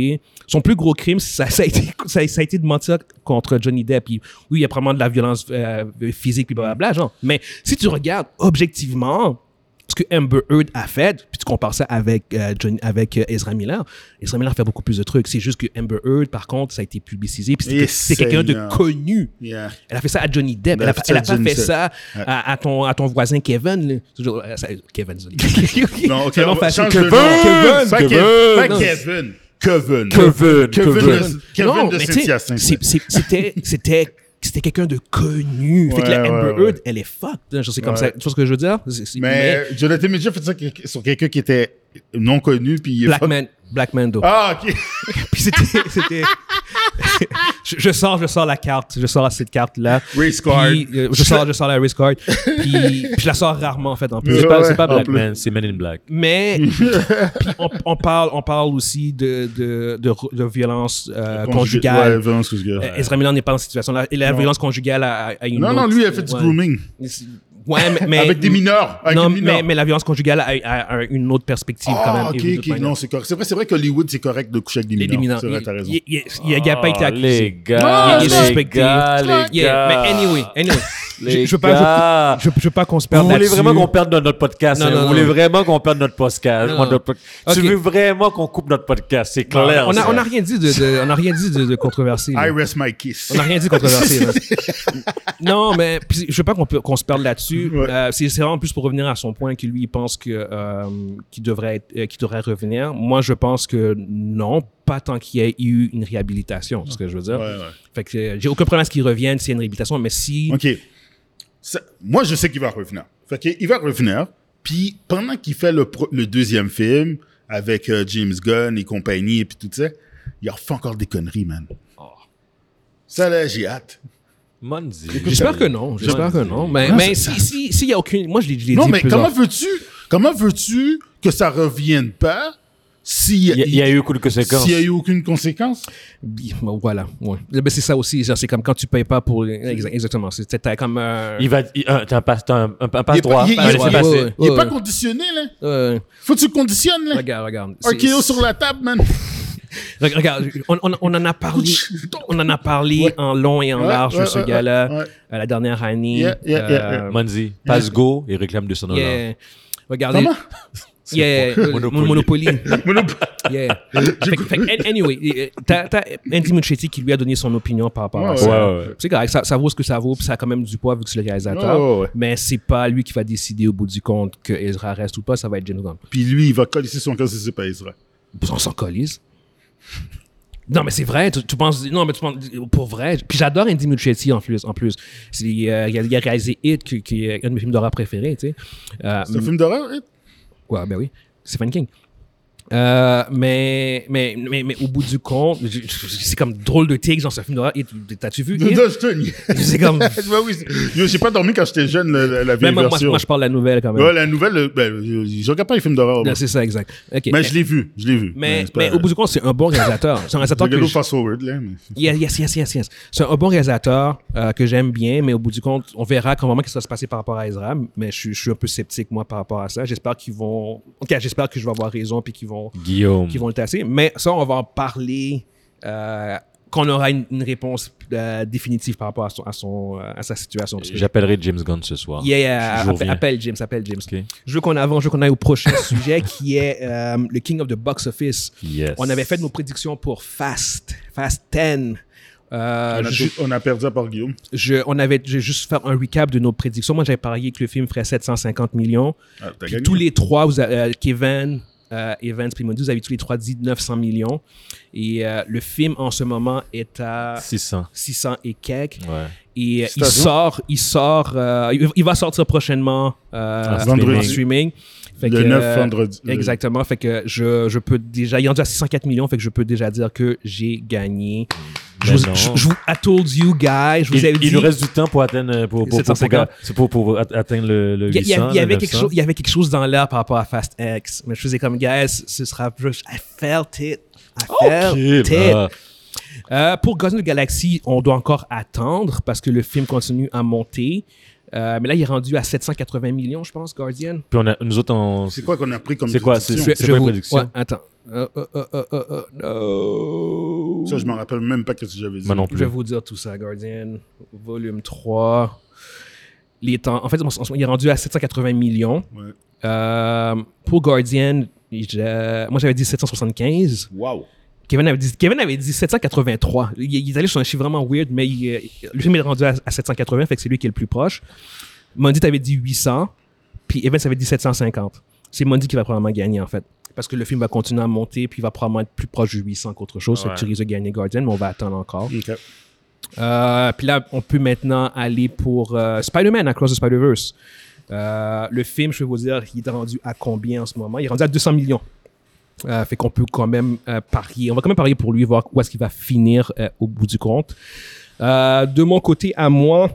A: son plus gros crime, ça, ça a, été, ça, a- ça a été de mentir contre Johnny Depp. Puis oui, il y a probablement de la violence euh, physique, puis blablabla, genre. Mais si tu regardes objectivement, ce que Amber Heard a fait, puis tu compares ça avec, euh, Johnny- avec euh, Ezra Miller, Ezra Miller fait beaucoup plus de trucs. C'est juste que Amber Heard, par contre, ça a été publicisé, puis c'est
B: Et
A: que- c'est quelqu'un de
B: Seigneur.
A: connu.
B: Yeah.
A: Elle a fait ça à Johnny Depp.
B: Ben,
A: Elle a,
B: elle a fait
A: elle a
B: ça à
A: pas
B: Johnny
A: fait
B: Depp.
A: ça à, à ton, à ton voisin Kevin. là. Toujours, euh, ça- Kevin, désolé.
B: Non, ok,
A: C'est
B: on
A: long
B: va
A: facile.
B: changer le nom.
A: Kevin!
B: Pas Kev- pas
A: Non.
B: Kevin.
C: Kevin,
B: Kevin. Kevin.
C: Kevin.
B: de- Kevin
A: Non,
B: de
A: mais tu sais,
B: Saint-Hyacinthe.
A: c'est- c'est- C'était, c'était, c'était quelqu'un de connu. fait que
B: Ouais,
A: la
B: ouais,
A: Amber
B: ouais.
A: Heard, elle est fucked. là. Je sais comme
B: Ouais.
A: ça. Tu vois ce que je veux dire? C'est- c'est-
B: Mais euh, Jonathan Major fait ça que- sur quelqu'un qui était non connu, puis il est
A: Black
B: fuck-
A: Man, Black Mando.
B: Ah, ok.
A: Puis c'était, c'était, je, je sors, je sors la carte, je sors cette carte-là.
B: Race card.
A: Puis, euh, je sors, je sors la race card. puis, puis je la sors rarement, en fait, en plus.
B: Ouais,
C: C'est pas, c'est pas
B: en
C: Black
B: plus.
C: Man, c'est Men in Black.
A: Mais puis on, on parle, on parle aussi de, de, de, de violence euh,
B: Ouais,
A: conjugale.
B: violence conjugale.
A: Euh, Ezra Miller n'est pas dans cette situation-là. Et la
B: Non.
A: violence conjugale à, à une
B: non,
A: autre-
B: non, lui, il a fait du
A: ouais.
B: grooming.
A: Ouais, mais, mais-
B: avec des mineurs. Avec
A: non,
B: des mineurs.
A: mais, mais la violence conjugale a, a- a une autre perspective quand même.
B: Ah, ok,
A: évidemment.
B: ok, non, c'est correct. C'est vrai, c'est vrai qu'Hollywood, c'est correct de coucher avec des
A: Les
B: mineurs.
A: dominants.
B: C'est vrai, t'as raison.
A: Il n'a pas été
C: Ah,
A: accusé.
C: Les gars,
A: Il est
C: les
A: suspecté.
C: gars, les
A: Yeah,
C: gars.
A: mais anyway, anyway.
C: Les
A: je, je veux pas,
C: gars.
A: je, je- je veux pas qu'on se perde
C: Vous voulez
A: là-dessus.
C: vraiment qu'on perde notre- notre podcast.
A: Non,
C: hein?
A: non,
C: Vous
A: non.
C: voulez vraiment qu'on perde notre podcast.
A: Non, non.
C: notre pod- Tu
A: Ok.
C: veux vraiment qu'on coupe notre podcast. C'est
A: Non,
C: clair.
A: on n'a
C: ça.
A: on a rien dit de, de- on a rien dit de, de controversé. là.
B: I rest my kiss.
A: On n'a rien dit de controversé. là. non, mais puis je veux pas qu'on peut- qu'on se perde là-dessus.
B: Ouais.
A: Euh, c'est c'est vraiment plus pour revenir à son point que lui il pense que euh, qu'il devrait être, euh, qu'il devrait revenir. Moi, je pense que non, pas tant qu'il y ait eu une réhabilitation. C'est ce que je veux dire.
B: Ouais, ouais.
A: Fait que euh, j'ai aucun problème à ce qu'il revienne s'il y a une réhabilitation, mais si
B: OK. Ça- moi, je sais qu'il va revenir. Fait que, il va revenir. Puis, pendant qu'il fait le, pro- le deuxième film avec euh, James Gunn et compagnie, et puis tout ça, il refait encore des conneries, man. Ça, là, j'ai hâte.
C: Monzi.
A: J'espère que non, j'espère que non. Mais,
B: Non,
A: mais
B: c'est-
A: si, si, s'il y a aucune, moi je l'ai je l'ai dit
B: non, mais
A: plusieurs
B: comment veux-tu, comment veux-tu que ça revienne pas s'il
C: Il y a- il y a eu coup de conséquence.
B: s'il y a eu aucune conséquence?
A: Bi- Voilà, ouais. Ben, c'est ça aussi, genre, c'est comme quand tu payes pas pour... exa- Exactement, c'est t'as comme... euh,
C: Il va, il- un- t'as un passe, t'as un, un, un
B: Il
C: passe
B: est
C: droit.
B: pas, il, est-
C: un
B: il est-
A: droit,
C: laissez
B: il
A: ouais,
B: est-
C: passer.
A: ouais.
B: il est pas conditionné, là.
A: euh,
B: Faut que tu conditionnes, là.
A: regarde, regarde. c'est-
B: RKO sur la table, man.
A: Re- Regarde, on, on- on en a parlé, on en a parlé
B: Ouais.
A: en long et en
B: Ouais,
A: large
B: ouais,
A: de ce
B: ouais,
A: gars-là
B: ouais, ouais.
A: à la dernière année.
B: Yeah, yeah, yeah, yeah.
C: Monzi, passe go et réclame 200 dollars.
A: Euh, yeah. Regardez,
B: Comment?
A: yeah,
C: pour-
A: euh,
C: Monopoly.
A: Monopoly.
B: Monop-
A: Yeah. Fait que- fait que, an- anyway, euh, t'as t'as Andy Muschietti qui lui a donné son opinion par rapport à
B: Ouais,
A: ça.
C: ouais, ouais.
A: C'est correct, ça, ça vaut ce que ça vaut, puis ça a quand même du poids vu que c'est le réalisateur.
B: Ouais, ouais, ouais.
A: Mais c'est pas lui qui va décider au bout du compte que Ezra reste ou pas, ça va être James Gunn.
B: Puis lui, il va coller son cas si c'est pas Ezra.
A: On s'en colise. Non, mais c'est vrai, tu, tu penses. Non, mais tu penses. Pour vrai. Puis j'adore Andy Muschietti en plus. En plus. C'est, euh, il, a, il a réalisé Hit, qui, qui est un de mes films d'horreur préférés, tu sais. Euh,
B: C'est un film d'horreur, hein?
A: Ouais, ben oui. Stephen King. Euh, mais, mais, mais, mais au bout du compte, je- je- c'est comme drôle de tic, genre, ce film d'horreur. It, T'as-tu vu?
B: Non,
A: It?
B: non, je te nie.
A: C'est comme.
B: Bah oui, c'est- Yo, j'ai pas dormi quand j'étais jeune, la, la- la
A: Mais
B: vieille
A: moi, moi,
B: version.
A: moi, je parle de la nouvelle quand même.
B: Ouais, la nouvelle, euh, ben, je, je regarde pas les films d'horreur. moi.
A: Non, c'est ça, exact. Ok.
B: Mais je l'ai vu, je l'ai vu.
A: mais,
B: c'est pas-
A: mais au bout du compte, c'est un bon réalisateur. C'est un réalisateur que
B: Regardez au
A: je-
B: Fast Forward, là. mais-
A: Yes, yes, yes, yes, yes. C'est un bon réalisateur euh, que j'aime bien, mais au bout du compte, on verra comment qu'est-ce qui va se passer par rapport à Ezra. Mais je, suis- je suis un peu sceptique, moi, par rapport à ça. J'espère qu'ils vont. Ok, j'espère que je vais avoir raison puis qu'ils vont,
C: Guillaume.
A: qu'ils vont le tasser. Mais ça, on va en parler euh, quand on aura une, une réponse euh, définitive par rapport à, son, à, son, euh, à sa situation. Parce que-
C: J'appellerai James Gunn ce soir.
A: Yeah, yeah,
C: Je vous
A: appe-
C: reviens.
A: appelle James, appelle James.
C: Ok.
A: Je veux qu'on avance, je veux qu'on aille au prochain sujet qui est euh, le King of the Box Office.
C: Yes.
A: On avait fait nos prédictions pour Fast, Fast 10.
B: on,
A: Euh,
B: a
A: je- Ah,
B: tout- on a perdu à part Guillaume.
A: je- on avait j'ai juste faire un recap de nos prédictions. Moi, j'avais parié que le film ferait 750 millions.
B: Ah, t'as
A: Puis
B: gagné.
A: tous les trois, vous avez- euh, Kevin, euh, Evans, puis Mondi, vous avez tous les trois dit 900 millions. Et euh, le film, en ce moment, est à
C: 600.
A: 600 et quelques.
C: Ouais.
A: Et euh, il
B: Station.
A: sort, il sort, euh, il- il va sortir prochainement euh,
C: En
A: en
B: streaming.
A: streaming. Fait
B: Le
A: que,
B: 9
A: euh,
B: vendredi. le-
A: Exactement. Fait que je, je peux déjà. Il est rendu à 604 millions. Fait que je peux déjà dire que j'ai gagné. Je
C: Ben
A: vous,
C: non.
A: je, je vous, I told you guys. Je vous
C: il,
A: avais
C: il
A: dit.
C: nous reste du temps pour atteindre, euh, pour, pour, pour, pour,
A: 750.
C: c'est pour, pour at- atteindre le, le
A: Il y, a-
C: 800.
A: il y a- il y
C: le
A: avait quelque
C: 900.
A: chose, il y avait quelque chose dans l'air par rapport à Fast X. Mais je faisais comme, guys, ce sera plus. I felt it. I felt
C: Ok,
A: it.
C: bah.
A: Euh, pour Guardians of the Galaxy, on doit encore attendre parce que le film continue à monter. Euh, mais là, il est rendu à 780 millions, je pense, Guardian.
C: Puis on a, nous autres, on...
B: C'est quoi qu'on a pris comme
C: C'est quoi,
B: prédiction?
C: C'est quoi une prédiction?
A: Ouais, attends. Euh, euh, euh, euh, euh, euh, no.
B: Ça, je m'en rappelle même pas qu'est-ce que j'avais dit.
C: Moi non
A: Je vais
C: plus.
A: vous dire tout ça, Guardian. Volume 3. Les temps. En fait, en ce moment, il est rendu à 780 millions.
B: Ouais.
A: Euh, pour Guardian, je- moi j'avais dit 775.
B: Wow.
A: Kevin avait dit, Kevin avait dit 783. Il, il est allé sur un chiffre vraiment weird, mais il, euh, le film est rendu à, à 780, fait que c'est lui qui est le plus proche. Mondi t'avais dit 800, puis Evans avait dit 750. C'est Mondi qui va probablement gagner en fait. Parce que le film va continuer à monter, puis il va probablement être plus proche du 800 qu'autre chose. Fait que
C: Ouais.
A: tu risques de gagner Guardian, mais on va attendre encore.
B: Ok.
A: Euh, Puis là, on peut maintenant aller pour euh, Spider-Man Across the Spider-Verse. Euh, le film, je vais vous dire, il est rendu à combien en ce moment? Il est rendu à 200 millions. Euh, fait qu'on peut quand même euh, parier. On va quand même parier pour lui, voir où est-ce qu'il va finir euh, au bout du compte. Euh, de mon côté, à moi,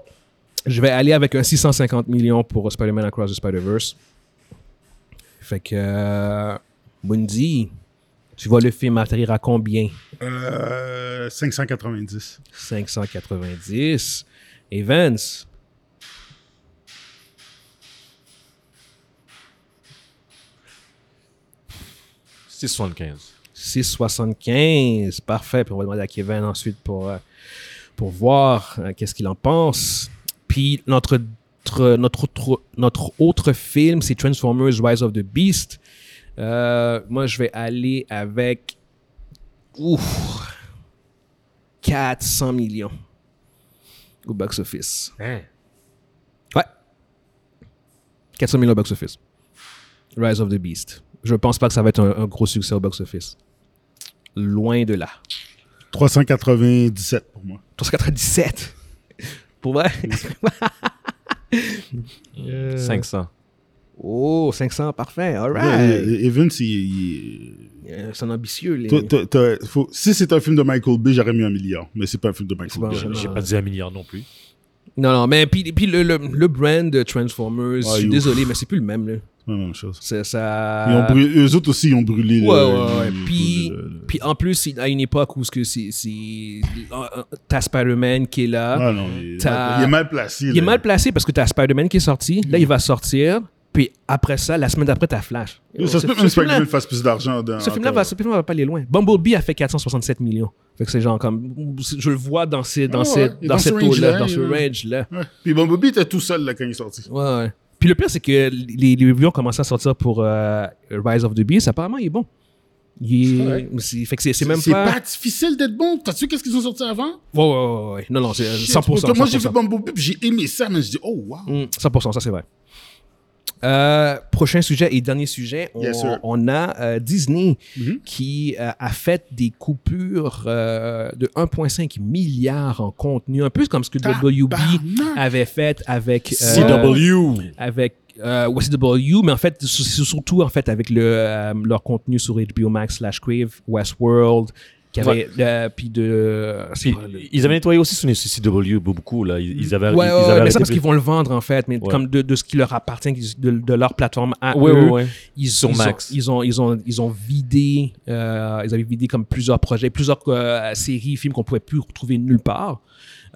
A: je vais aller avec un 650 millions pour Spider-Man Across the Spider-Verse. Fait que, euh, Mundi, tu vois le film atterrir à combien?
B: Euh, 590.
A: 590. Evans,
C: C'est 75.
A: 675. Parfait. Puis on va demander à Kevin ensuite pour, euh, pour voir euh, qu'est-ce qu'il en pense. Puis notre, notre, notre, autre, notre autre film, c'est Transformers Rise of the Beast. Euh, moi, je vais aller avec ouf, 400 millions au box-office. Ouais. 400 millions au box-office. Rise of the Beast. Je pense pas que ça va être un, un gros succès au box-office. Loin de là.
B: 397 pour moi.
A: 397. Pour vrai?
C: Euh, 500.
A: Oh, 500, parfait. All
B: Ouais,
A: right.
B: euh, Evans, il- il-
A: Euh, C'est un ambitieux, les...
B: toi, toi, t'as- faut- si c'est un film de Michael Bay, j'aurais mis un milliard. Mais c'est pas un film de
A: C'est
B: Michael
A: pas
B: Bay.
A: un film.
C: J'ai
A: Non.
C: pas dit un milliard non plus.
A: Euh, Non, non, mais puis, puis le, le, le brand de Transformers,
B: Ah,
A: je suis
B: you.
A: désolé, mais c'est plus le même, là.
B: C'est pas la même chose.
A: C'est ça...
B: Ils ont brûlé- eux autres aussi, ils ont brûlé. le-
A: Euh, Ouais, ouais, ouais.
B: le-
A: Puis,
B: le- le-
A: puis en plus, il- à une époque où ce que c'est... c'est- euh, T'as Spider-Man qui est là.
B: Ah non, il,
A: T'as-
B: il est mal placé.
A: Il est
B: là.
A: mal placé parce que t'as Spider-Man qui est sorti. Là, il va sortir. Puis après ça, la semaine d'après, t'as Flash.
B: Ça se peut
A: Ce-
B: même
A: ce film-là-
B: Spider-Man fasse plus d'argent. dans-
A: Ce film-là
B: encore.
A: va, ce film-là va pas aller loin. Bumblebee a fait 467 millions. Fait que c'est genre comme. Je le vois dans, ces, dans,
B: Ouais,
A: ces,
B: Ah ouais. Il est
A: dans
B: dans
A: cette
B: ce range-là,
A: eau-là, dans ce
B: il-
A: range-là.
B: Ouais. Puis Bon Bobby était tout seul là, quand il est sorti.
A: Ouais, ouais. Puis le pire, c'est que les, les reviews ont commencé à sortir pour euh, Rise of the Beast. Apparemment, il est bon. Il est- c'est- fait que c'est c'est même
B: C'est
A: pas.
B: pas difficile d'être bon. T'as su qu'est-ce qu'ils ont sorti avant?
A: Ouais, ouais, ouais, ouais. Non, non, c'est euh, 100%.
B: Moi, j'ai
A: 100%.
B: vu Bumblebee, puis j'ai aimé ça, mais je dis, oh, wow.
A: Mm, 100%, ça c'est vrai. Euh, prochain sujet et dernier sujet, on,
B: Yes, sir.
A: on a euh, Disney
B: Mhm.
A: qui euh, a fait des coupures euh, de 1,5 milliard en contenu, un peu comme ce que WB
B: Tabarnak.
A: avait fait avec euh,
C: CW.
A: avec euh, WCW, mais en fait, c'est surtout en fait avec le, euh, leur contenu sur HBO Max slash Crave, Westworld, qui avait,
C: Ouais.
A: euh, puis de... c'est
C: Puis,
A: pas le-
C: ils avaient nettoyé aussi sur les CW beaucoup. Là. Ils, ils avaient,
A: Ouais,
C: ils,
A: ouais,
C: ils
A: ouais,
C: avaient
A: mais ça
C: arrêté
A: parce qu'ils
C: plus-
A: vont le vendre en fait, mais
C: Ouais.
A: comme de, de ce qui leur appartient, de, de leur plateforme à
C: Ouais,
A: eux.
C: ouais, ouais.
A: Ils,
C: Sur
A: ils
C: Max.
A: Ont, ils, ont, ils, ont, ils ont vidé, euh, ils avaient vidé comme plusieurs projets, plusieurs euh, séries, films qu'on pouvait plus retrouver nulle part.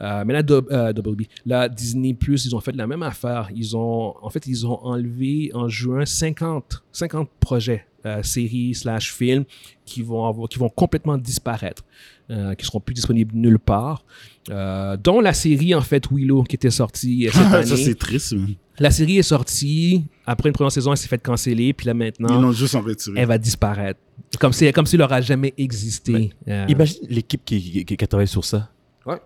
A: Euh, mais là, Dub- euh, Double B, là, Disney Plus, ils ont fait la même affaire. Ils ont, en fait, ils ont enlevé en juin 50, 50 projets, euh, séries slash films qui vont, avoir- qui vont complètement disparaître, euh, qui seront plus disponibles nulle part, euh, dont la série en fait Willow qui était sortie euh, cette
B: Ah,
A: année.
B: ça, c'est triste, man.
A: La série est sortie. Après une première saison, elle s'est faite canceller. Puis là,
B: Ils
A: maintenant,
B: l'ont juste en retiré.
A: elle va disparaître. Comme si, comme si elle n'aura jamais existé. Euh,
C: Imagine l'équipe qui, qui, qui a travaillé sur ça.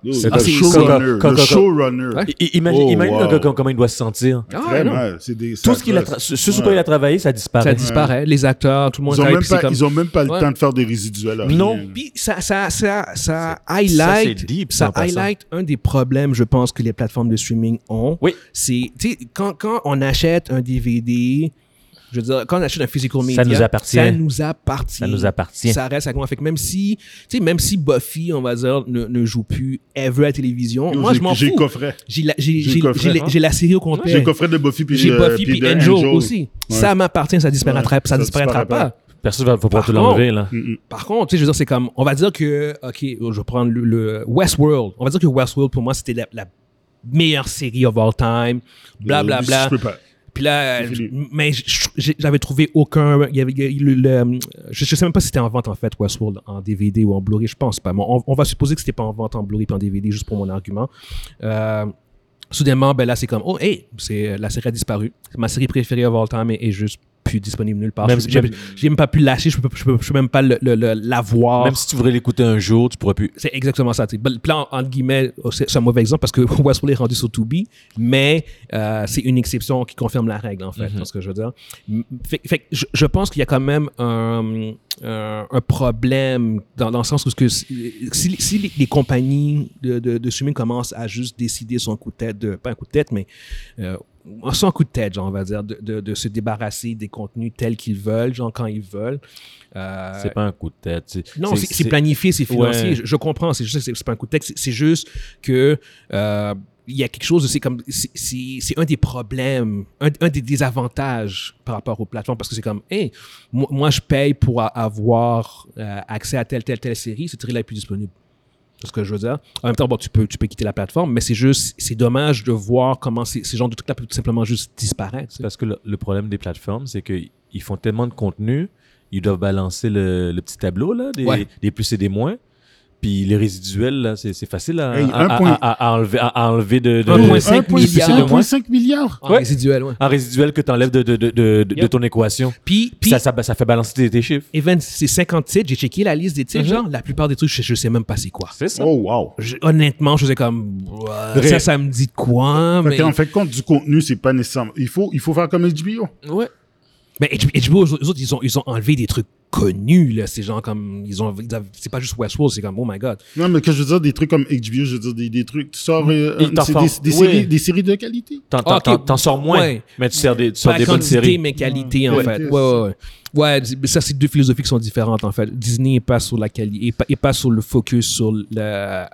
B: Yo,
C: C'est
B: Oh, le
A: ah, c'est-
B: showrunner.
C: c'est-
B: Le
C: c'est-
B: showrunner.
A: Ouais.
C: I- i- Imagine,
B: Oh,
C: imagine
B: wow.
C: un gars comme- comment il doit se sentir.
A: ah,
B: Très
A: non.
B: mal. C'est des-
C: Tout
B: ça
C: ce, qu'il a
B: gosse.
C: tra- ce, ce sur
B: Ouais.
C: quoi il a travaillé, ça
A: Ça
C: disparaît.
A: disparaît. Les acteurs, tout le monde
B: Ils ont
A: travaille,
B: même
A: puis c'est
B: pas-
A: comme-
B: Ils ont euh, même pas le
A: Ouais.
B: temps de faire des résiduels. hein. à
C: Non.
B: rien.
A: Puis ça, ça, ça, ça
C: c'est
A: highlight,
C: deep,
A: ça
C: en passant.
A: highlight un des problèmes, je pense, que les plateformes de streaming ont.
C: Oui.
A: C'est, tu sais, quand, quand on achète un DVD, je veux dire, quand on achète un physical media,
C: nous appartient.
A: Ça nous appartient.
C: Ça nous appartient.
A: Ça reste à moi. Fait que même si, tu sais, même si Buffy, on va dire, ne, ne joue plus ever à la télévision,
B: Yo,
A: moi,
B: j'ai-
A: je m'en
B: J'ai le
A: fous.
B: coffret.
A: J'ai la, j'ai,
B: j'ai
A: j'ai,
B: coffret,
A: j'ai,
B: hein.
A: j'ai la série au complet.
B: J'ai le coffret de Buffy puis
A: J'ai
B: de-
A: Buffy puis
B: de
A: Angel aussi.
B: Ouais.
A: Ça m'appartient, ça disparaîtra,
B: Ouais,
A: ça,
B: ça
A: disparaîtra
B: disparaît
A: pas.
B: pas.
C: Personne ne va pouvoir te
A: Par
C: l'enlever. là.
B: Mm, mm.
A: Par contre, tu sais, je veux dire, c'est comme, on va dire que, ok, je vais prendre le, le Westworld. On va dire que Westworld, pour moi, c'était la, la meilleure série of all time. Bla, bla,
B: Euh, Je
A: bla.
B: peux pas.
A: Puis là,
B: C'est
A: je-
B: fini.
A: mais je- je- j'avais trouvé aucun. Il y avait, il y a- le- le- je, je sais même pas si c'était en vente en fait Westworld en DVD ou en Blu-ray. Je pense pas. Mais on, on va supposer que c'était pas en vente en Blu-ray puis en DVD juste pour mon argument. Euh, soudainement, ben là c'est comme oh hey, c'est la série a disparu. Ma série préférée of all time est, est juste plus disponible nulle part.
C: Même
A: Je-
C: si-
A: J'ai
C: même-
A: j'ai même pas pu lâcher. Je peux, je peux, je peux même pas le- le- le- la voir.
C: Même si tu voudrais l'écouter un jour, tu pourrais plus.
A: C'est exactement ça. tu sais. Ben, Le plan, entre guillemets, oh, c'est c'est un mauvais exemple parce que Westworld est rendu sur 2B, mais euh, c'est une exception qui confirme la règle, en fait, c'est ce que je veux dire. M- Fait, fait que je, je pense qu'il y a quand même un, un- un problème dans, dans le sens où ce que si, si- si les, les compagnies de, de, de streaming commencent à juste décider son coup de tête, de, pas un coup de tête, mais euh, sans coup de tête, genre, on va dire, de, de- de se débarrasser des contenus tels qu'ils veulent, genre quand ils veulent. Euh,
C: C'est pas un coup de tête. c'est-
A: non, c'est c'est planifié, c'est financier.
C: Ouais.
A: Je, je comprends, c'est juste que c'est c'est pas un coup de texte. C'est juste que euh, il y a quelque chose, de- c'est comme c'est- c'est c'est un des problèmes, un, un des désavantages par rapport aux plateformes parce que c'est comme, hey, moi, moi, je paye pour a- avoir euh, accès à telle telle telle série, cette série-là est plus disponible. C'est ce que je veux dire. En même temps, bon, tu peux tu peux quitter la plateforme, mais c'est juste c'est dommage de voir comment ces, ces genres de trucs-là peuvent tout simplement juste disparaître.
C: Parce que le, le problème des plateformes, c'est qu'ils font tellement de contenu, ils doivent balancer le, le petit tableau là, des,
A: Ouais.
C: des plus et des moins. Puis les résiduels, là, c'est c'est facile à,
B: Hey,
C: à-
B: un
C: à-
B: point-
C: à- à enlever, à, à enlever de, de-
A: 1,5
B: 1,5
A: milliard.
C: C'est de moins.
B: milliards.
A: En
C: Ouais.
A: résiduel, Ah, ouais.
C: un résiduel que tu enlèves de, de, de, de- de
A: Yep.
C: ton équation.
A: Puis,
C: Puis
A: puis
C: ça, ça, ça fait balancer tes, tes chiffres.
A: Evan, c'est 50 titres. J'ai checké la liste des titres.
C: Mhm.
A: Genre, la plupart des trucs, je, je sais même pas c'est quoi.
C: C'est ça.
B: Oh, wow.
A: Je- honnêtement, je faisais comme ouais,
C: Vrai.
A: ça, ça me dit de quoi.
B: Fait
A: Mais,
B: que, en fait, compte du contenu, c'est pas nécessairement. Il faut, il faut faire comme HBO.
C: Ouais.
A: mais H- HBO, eux autres, ils ont, ils ont enlevé des trucs connus là. C'est genre comme ils ont, ils avaient- c'est pas juste Westworld, c'est comme oh my god.
B: Non, mais que je veux dire, des trucs comme HBO, je veux dire, des, des trucs. Tu sors. euh,
C: Ils
B: euh,
C: t'en
B: c'est
C: font.
B: des, des
C: Oui.
B: séries, des séries de qualité.
C: T'en t'en-
A: Ok.
C: t'en- t'en sors moins,
A: Ouais.
C: mais tu sors des, tu sors
A: pas
C: des bonnes
A: quantité,
C: séries.
A: mais qualité en
B: Ouais.
A: fait. Ouais, ouais, ouais. Ouais, mais ça, c'est deux philosophies qui sont différentes en fait. Disney est pas sur la qualité, et pas, est pas sur le focus sur la,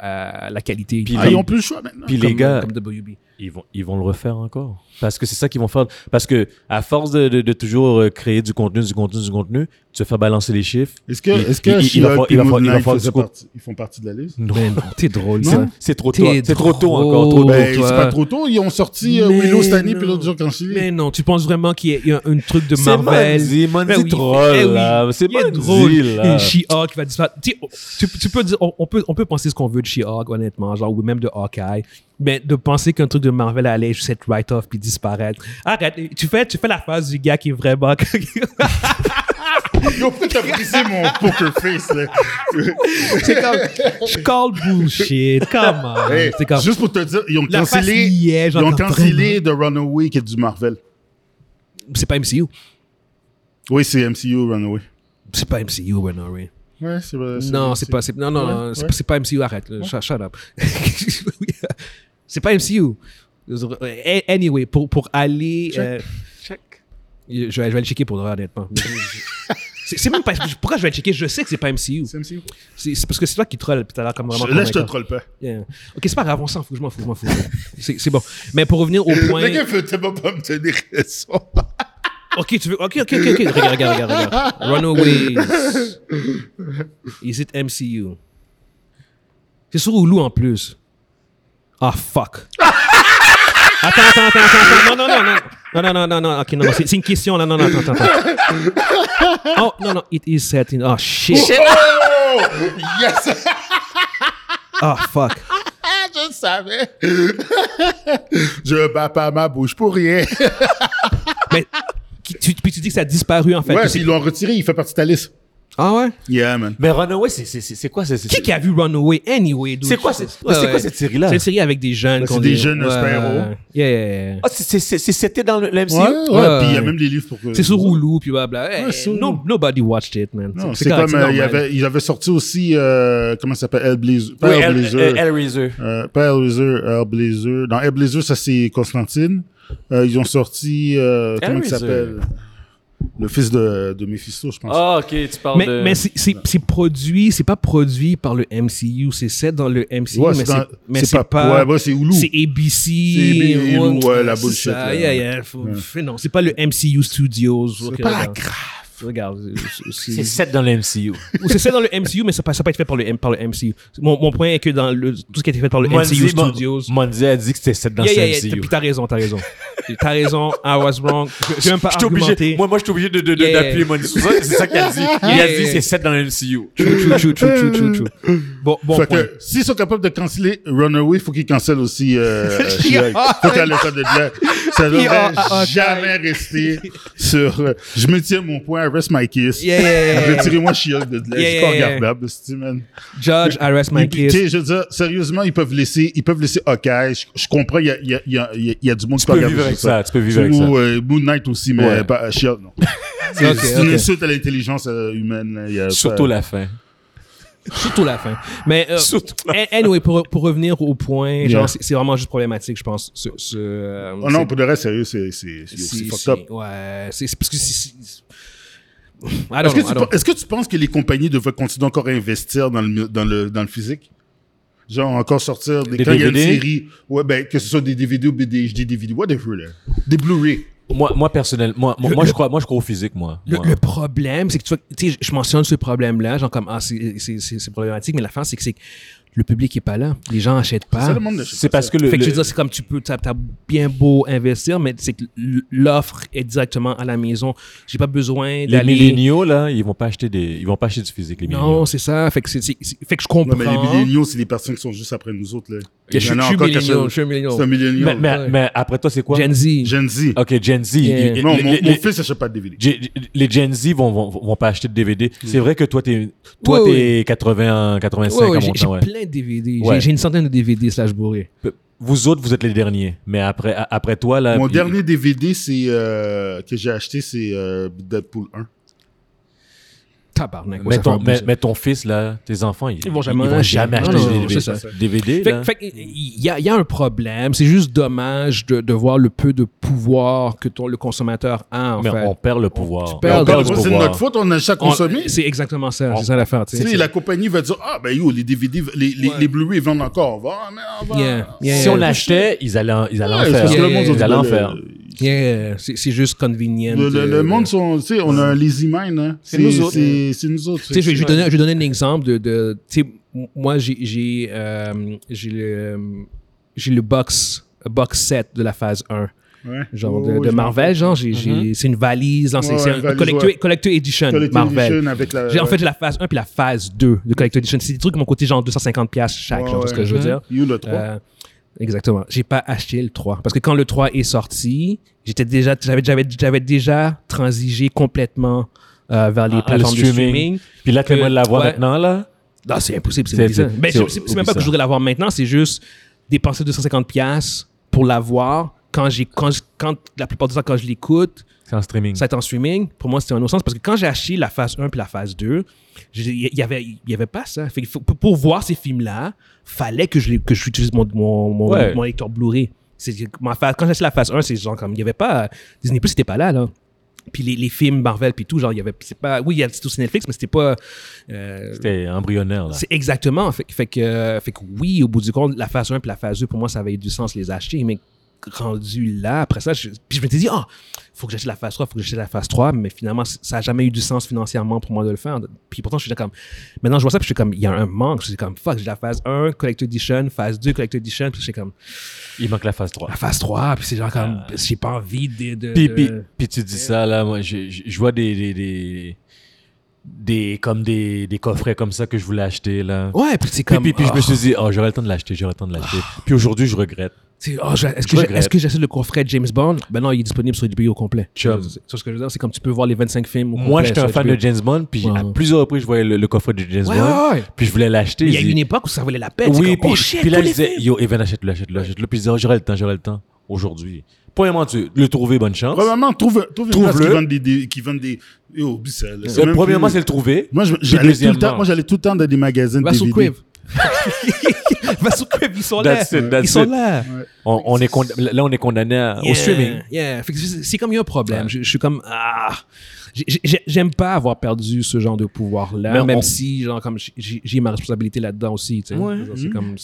A: euh, la qualité.
C: Puis
A: comme-
B: Ah, ils ont plus le choix maintenant.
C: Puis
A: comme-
C: les gars,
A: comme WB.
C: ils vont, ils vont le refaire encore. Parce que c'est ça qu'ils vont faire. Parce que à force de, de- de toujours euh, créer du contenu, du contenu, du contenu, tu vas faire balancer les chiffres.
B: Est-ce que,
C: Il-
B: est-ce que
C: il- il- il va
B: She-Hulk
C: falloir-
B: et
C: il va
B: Moon
C: falloir- il va
B: Knight
C: falloir
B: faisaient
C: du coup-
B: partie- ils font partie de la liste?
C: Non.
A: Ben non, t'es drôle
B: Non.
A: ça.
C: C'est trop tôt.
A: T'es
C: C'est trop tôt
A: drôle.
C: encore. Trop tôt.
A: Ben,
B: Ben,
A: toi.
B: c'est pas trop tôt. Ils ont sorti euh,
A: Mais
B: Willow cette année,
A: non.
B: puis l'autre jour quand je
A: Mais non, tu penses vraiment qu'il y a- il y a un truc de
C: C'est
A: Marvel
C: Mandy, Mandy
A: Ben oui,
C: troll,
A: ben oui,
C: là. C'est
A: il est
C: Mandy,
A: drôle.
C: là.
A: Et She-Hulk va disparaître. Tu, oh, tu- tu peux dire, on, on peut, on peut penser ce qu'on veut de She-Hulk, honnêtement, genre, ou même de Hawkeye, mais de penser qu'un truc de Marvel allait juste être write-off puis disparaître. Arrête, tu fais, tu fais la phase du gars qui est vraiment.
B: Yo, pourquoi t'as brisé mon poker face, là?
A: c'est comme. Je call bullshit, comment?
B: Hey,
A: C'est comme.
B: Juste pour te dire, ils ont
A: La face
B: cancellé,
A: y est,
B: ils
A: genre,
B: ont
A: comme
B: cancellé The Runaway qui est du Marvel.
A: C'est pas MCU.
B: Oui, c'est MCU Runaway.
A: C'est pas MCU, ben non, oui.
B: Ouais, c'est vrai.
A: Non,
B: vrai,
A: c'est pas. c'est- Non, non, non,
B: Ouais,
A: c'est
B: ouais.
A: pas- c'est pas MCU, arrête. là, Shut, shut up. c'est pas MCU. A- Anyway, pour, pour aller. euh, Je, vais, je vais aller checker pour de vrai, honnêtement. c'est c'est même pas. Pourquoi je vais le checker Je sais que c'est pas MCU.
B: C'est MCU.
A: C'est c'est parce que c'est toi qui troll, puis t'as l'air comme vraiment.
B: Là, je te
A: convaincant.
B: troll pas.
A: Yeah. Ok, c'est pas grave, on s'en fout, je m'en fous, je m'en fous. C'est c'est bon. Mais pour revenir au point.
B: Le gars veut tellement pas me tenir raison.
A: Ok, tu veux. Ok, ok, ok, ok. Regarde, regarde, regarde, regarde. Runaways. Is it MCU? C'est sur Hulu en plus. Ah, fuck. Attends, attends, attends, attends. attends. Non, non, non, non. Non, non, non, non, non. Ok, non, non. C'est c'est une question. là. Non, non, attends, attends. attends. Oh, non, non. It is set in. Oh, shit.
B: Oh! Yes!
A: Ah, fuck.
B: Je savais! je bats pas ma bouche pour rien.
A: Mais. qui- Tu, puis tu dis que ça a disparu en fait.
B: ouais,
A: que
B: puis
A: c'est-
B: ils l'ont retiré, il fait partie de ta liste.
A: Ah ouais?
B: Yeah, man.
C: Mais Runaway, c'est- c'est c'est- c'est quoi? c'est- c'est-
A: Qui qui a vu Runaway anyway? dude?
C: C'est quoi, c'est- mais c'est quoi cette série-là?
A: C'est une série avec des jeunes.
B: c'est
A: qu'on
B: des
A: dit-
B: jeunes
A: Ouais.
B: super-héros.
A: Yeah, yeah, yeah.
C: Ah, c'est- c'est- c'est- c'est- C'était dans le le MCU?
B: Ouais, ouais,
A: Ouais,
B: puis il y
A: ouais.
B: a même des livres pour que.
A: C'est sur Hulu, puis blabla. Hey,
B: Ouais, sur
A: no-
B: Hulu.
A: nobody watched it, man.
B: Non,
A: C'est-
B: c'est
A: correct,
B: comme. euh, il,
A: normal.
B: avait, il avait sorti aussi. euh, comment ça s'appelle? Hellblazer. Pas
C: Oui, Hell-
B: Hellblazer.
C: euh, Hellraiser.
B: Euh, pas Hellblazer, Hellblazer. Dans Hellblazer, ça c'est Constantine. Euh, ils ont sorti. euh, comment il
C: Hellraiser.
B: s'appelle Le fils de, de Mephisto, je pense.
C: Ah, ok, tu parles
A: Mais,
C: de...
A: mais c'est- c'est c'est produit, c'est pas produit par le MCU, c'est set dans le MCU,
B: Ouais,
A: mais
B: c'est dans-
A: c'est- mais
B: c'est
A: c'est
B: pas-
A: pas.
B: ouais, ouais, c'est Hulu.
A: C'est ABC.
B: C'est Hulu, ouais, la
A: c'est
B: bullshit,
A: ça,
B: là.
A: yeah, yeah, faut- fait, Non, c'est pas le MCU Studios.
B: C'est
A: Ok,
B: pas
A: regarde.
B: grave.
A: Regarde, c'est- c'est-
C: C'est set dans le MCU.
A: Ou c'est ça dans le MCU, mais ça peut ça peut être fait par le, M- par le MCU. Mon, mon point est que dans le, tout ce qui a été fait par le MCU
C: Mon-
A: Studios.
C: Mondi a dit que c'était set dans
A: yeah,
C: le
A: yeah, yeah,
C: MCU.
A: Puis t'as raison, t'as raison. T'as raison, I was wrong. Je- J'ai même pas
C: Je suis obligé,
A: argumenté.
C: moi, moi, je suis obligé de- de- de-
A: Yeah.
C: d'appuyer Mondi sur ça. C'est ça qu'il a dit. Il a
A: Yeah,
C: dit
A: yeah.
C: c'est set dans le MCU.
A: True, true, true, true, true, true, true. Bon, bon
B: Fait
A: point.
B: que s'ils sont capables de canceller Runaway, faut qu'ils cancellent aussi euh, euh, She-Hulk.
A: She-Hulk.
B: Faut qu'elle sorte de là. Ça
A: She-Hulk, ah,
B: devrait
A: ah,
B: jamais rester sur euh, je me tiens mon point, I rest my kiss.
A: Yeah, yeah, yeah, yeah.
B: Retirez-moi She-Hulk de là.
A: Euh, Yeah,
B: C'est pas
A: yeah, yeah.
B: regardable, c'est man.
A: Judge, arrest my
B: Ils- tu
A: kiss.
B: sais, je veux dire, sérieusement, ils peuvent laisser, ils peuvent laisser OK. Je, je comprends, il y a, il y, a, il y, a, il y a- il y a du monde qui
C: peux vivre avec ça, tu peux vivre avec ça.
B: Ou euh, Moon Knight aussi, mais
C: Ouais.
B: pas euh, She-Hulk, non. c'est
A: Ok,
B: c'est
A: ok.
B: une insulte à l'intelligence euh, humaine. là. Il y a
C: Surtout
B: pas-
C: la fin.
A: Surtout la fin. Mais euh,
C: Surtout la
A: an- anyway, pour, pour revenir au point,
B: Yeah.
A: genre c'est c'est vraiment juste problématique, je pense. Ce, ce, euh,
B: Oh non, pour le reste, sérieux, c'est c'est- c'est-
A: c'est-
B: c'est
A: c'est-
B: fucked up.
A: c'est- Ouais, c'est c'est parce que c'est... c'est- I don't
B: Est-ce que,
A: know, I
B: tu
A: don't-
B: pe- est-ce que tu penses que les compagnies devraient continuer encore à investir dans le, mi- dans le, dans le physique? Genre encore sortir des,
C: Des
B: quand il y a une
C: DVD?
B: série. Ouais, ben, que ce soit des DVD ou des, je dis des DVD, whatever, là. Des Blu-ray.
C: Moi, moi personnel, moi, moi, moi, je crois, moi, je crois au physique, moi.
A: Le,
C: Moi.
A: le problème, c'est que tu vois, tu sais, je- je mentionne ce problème-là, genre comme, ah, c'est- c'est c'est- c'est problématique, mais la fin, c'est que, c'est que le public est pas là. Les gens achètent
B: C'est ça,
A: pas.
B: le monde ne
C: C'est
B: sait
C: parce que le,
A: fait que je
C: le-
A: veux dire, c'est comme tu peux, t'as as bien beau investir, mais c'est que l- l'offre est directement à la maison. J'ai pas besoin
C: les
A: d'aller.
C: milléniaux, là, ils vont pas acheter des, ils vont pas acheter du physique, les milléniaux.
A: Non, c'est ça. Fait que, c'est c'est- c'est- fait que je
B: pas.
A: comprends.
B: Non, mais les milléniaux, c'est les personnes qui sont juste après nous autres, là.
A: Que je, suis-
B: Il y en a
A: je suis
B: encore qui
A: millénial,
B: achètent-
A: je suis millénial.
B: C'est un milléniaux.
C: Mais, mais,
A: Ouais.
C: mais après toi, c'est quoi?
A: Gen Z.
B: Gen Z.
C: Ok, Gen Z.
A: Yeah.
C: Les-
B: Non,
C: les-
B: mon,
C: les-
B: mon fils n'achète pas de DVD.
C: G- les Gen Z vont, vont, vont pas acheter de DVD. C'est vrai que toi, t'es, toi,
A: Oui,
C: t'es 80, 85
A: Ouais, ouais,
C: à
A: j'ai
C: mon
A: j'ai
C: temps, ouais.
A: plein de DVD. J'ai-
C: Ouais.
A: J'ai une centaine de DVD slash bourré.
C: Vous autres, vous êtes les derniers. Mais après, a- après toi, là.
B: Mon
C: il-
B: dernier DVD c'est euh, que j'ai acheté, c'est euh, Deadpool 1.
A: Tabarnak.
C: Mais
A: ça fait un
C: ton,
A: bout,
C: mais,
A: ça.
C: mais ton fils, là, tes enfants, ils,
A: Ils vont jamais acheter.
C: jamais
A: Non,
C: acheter
A: non,
C: des
A: non,
C: DVD.
A: c'est ça.
C: DVD,
A: Fait,
C: là.
A: fait que, il y a, il y a un problème. C'est juste dommage de, de voir le peu de pouvoir que ton, le consommateur a, en
C: mais
A: fait.
C: on perd le pouvoir.
A: tu perds
C: on
A: le
C: perd le
A: pouvoir.
B: c'est de
C: pouvoir.
B: notre faute, on a déjà
A: On-
B: consommé.
A: C'est exactement ça.
C: On-
A: C'est ça l'affaire. tu sais.
B: Tu sais, la compagnie va dire Ah, ben yo, les DVD, les, les,
A: Ouais.
B: les Blu-ray vendent encore. On va, ah, mais on va.
A: Yeah, yeah,
C: Si
A: yeah.
C: on achetait, ils allaient en, ils allaient en
B: Ouais, parce
C: faire.
B: que le monde,
C: Ils allaient en faire.
A: Yeah, euh, c'est c'est juste convenient.
B: Le, le- le
A: euh,
B: monde, sont, tu sais, on a un lazy mind. Hein. C'est
C: nous autres.
B: C'est c'est nous autres.
A: Tu sais, je vais je vais donner, je vais donner un exemple de. de tu sais, m- moi, j'ai j'ai euh, j'ai le, j'ai le box, box set de la phase 1.
B: Ouais.
A: Genre
B: Ouais,
A: de,
B: ouais,
A: de
B: Oh, je Uh-huh.
A: Marvel, genre, j'ai j'ai- c'est une valise, genre, c'est
B: Ouais,
A: c'est
B: ouais,
A: un
B: valise,
A: collector,
B: ouais.
A: collector Edition
B: Collector
A: Marvel.
B: Edition avec euh, la-
A: J'ai- en
B: ouais.
A: fait, j'ai la phase 1 puis la phase 2 de Collector Edition. C'est des trucs qui m'ont coûté genre 250$ piastres chaque,
B: Ouais,
A: genre, c'est ce que
B: ouais. Uh-huh.
A: je veux dire.
B: You, le 3.
A: Euh, exactement. J'ai pas acheté le 3 parce que quand le 3 est sorti, j'étais déjà j'avais j'avais j'avais déjà transigé complètement euh, vers les
C: Ah,
A: plateformes
C: le
A: de
C: streaming.
A: streaming.
C: Puis là, t'es
A: Que-
C: moi de l'avoir
A: ouais.
C: maintenant, là.
A: Non, c'est impossible, c'est
C: C'est-
A: bizarre.
C: c'est-
A: Ben,
C: c'est-
A: je- c'est c'est même pas que
C: oublie
A: je
C: ça.
A: voudrais l'avoir maintenant, c'est juste dépenser 250 pièces pour l'avoir quand j'ai quand, je- quand la plupart du temps quand je l'écoute,
C: C'est en streaming.
A: ça est en streaming, pour moi, c'était un non-sens parce que quand j'ai acheté la phase 1 puis la phase 2, j'ai- il y avait, il y avait pas ça. Fait que faut- pour, pour voir ces films-là, fallait que je les- que j'utilise mon, mon, mon,
C: Ouais.
A: mon lecteur Blu-ray. C'est- ma phase- Quand j'ai acheté la phase 1, c'est genre comme, il y avait pas, Disney Plus, c'était pas là, là. Puis les, les films Marvel, puis tout, genre, il y avait, c'est pas, oui, il y a tout sur Netflix, mais c'était pas, euh,
C: C'était embryonnaire, là.
A: c'est exactement. Fait, que- fait que, euh, fait que oui, au bout du compte, la phase 1 puis la phase 2, pour moi, ça avait eu du sens de les acheter. Mais rendu là, après ça, je, puis je m'étais dit, ah, faut que j'achète la phase 3, faut que j'achète la phase 3. Mais finalement, c- ça n'a jamais eu du sens financièrement pour moi de le faire. Puis pourtant, je suis déjà comme, maintenant, je vois ça, puis je suis comme, il y a un manque. Je suis comme, fuck, j'ai la phase 1, Collector Edition, phase 2, Collector Edition. Puis je suis comme,
C: Il manque la phase 3.
A: la phase 3, puis c'est genre comme, j'ai pas envie de. de-
C: Ah. Puis,
A: de-
C: puis, puis tu dis ça, là, moi, je, je- je vois des, des, des, des- comme des, des coffrets comme ça que je voulais acheter, là.
A: Ouais, puis c'est Oh,
C: Puis,
A: comme.
C: puis, puis je me
A: ah.
C: suis dit, oh, j'aurais le temps de l'acheter, j'aurais le temps de l'acheter. Puis aujourd'hui, je regrette.
A: Tu sais, oh, je- est-ce,
C: Je
A: que j'ai-
C: regrette.
A: est-ce que j'achète le coffret de James Bond? Ben non, il est disponible sur HBO au complet.
C: Chum.
A: C'est c'est ce que je veux dire. C'est comme tu peux voir les 25 films au
C: Moi,
A: complet
C: j'étais un
A: sur
C: fan
A: HBO.
C: de James Bond, puis
A: Ouais,
C: à
A: ouais.
C: plusieurs reprises, je voyais le, le coffret de James
A: Ouais,
C: Bond,
A: ouais, ouais.
C: puis je voulais l'acheter.
A: Mais il y a
C: je dis,
A: eu une époque où ça valait la peine.
C: Oui,
A: c'est comme,
C: puis,
A: oh, shit,
C: puis là,
A: tous
C: je
A: les
C: disais,
A: films.
C: yo, Evan, achète-le, achète-le, achète-le. Puis je disais, oh, j'aurais le temps, j'aurais le temps aujourd'hui. Premièrement, tu le trouver, bonne chance.
B: Premièrement, trouve, trouve une
C: Trouve-le.
B: place qui vend des, des- qui vend des. Yo, oublie ça, là. C'est
C: Le
B: même
C: Euh, premièrement,
B: plus-
C: c'est le trouver.
B: Moi, je- j'allais tout le temps, moi, j'allais tout le temps dans des magasins de
A: Va sur
B: DVD.
A: Quiv. Va sur Quiv, ils sont là.
C: That's it, that's
A: ils sont
C: it.
A: là.
C: On, on est condam- là, on est condamné à-
A: Yeah,
C: au streaming.
A: yeah. Fait que c'est, c'est comme il y a un problème. Je, je suis comme, ah. J'ai- j'ai- J'aime pas avoir perdu ce genre de pouvoir-là,
C: Mais
A: même
C: on-
A: si genre, comme j'ai- j'ai, j'ai ma responsabilité là-dedans aussi. tu sais.
C: Ouais.
A: C'est comme.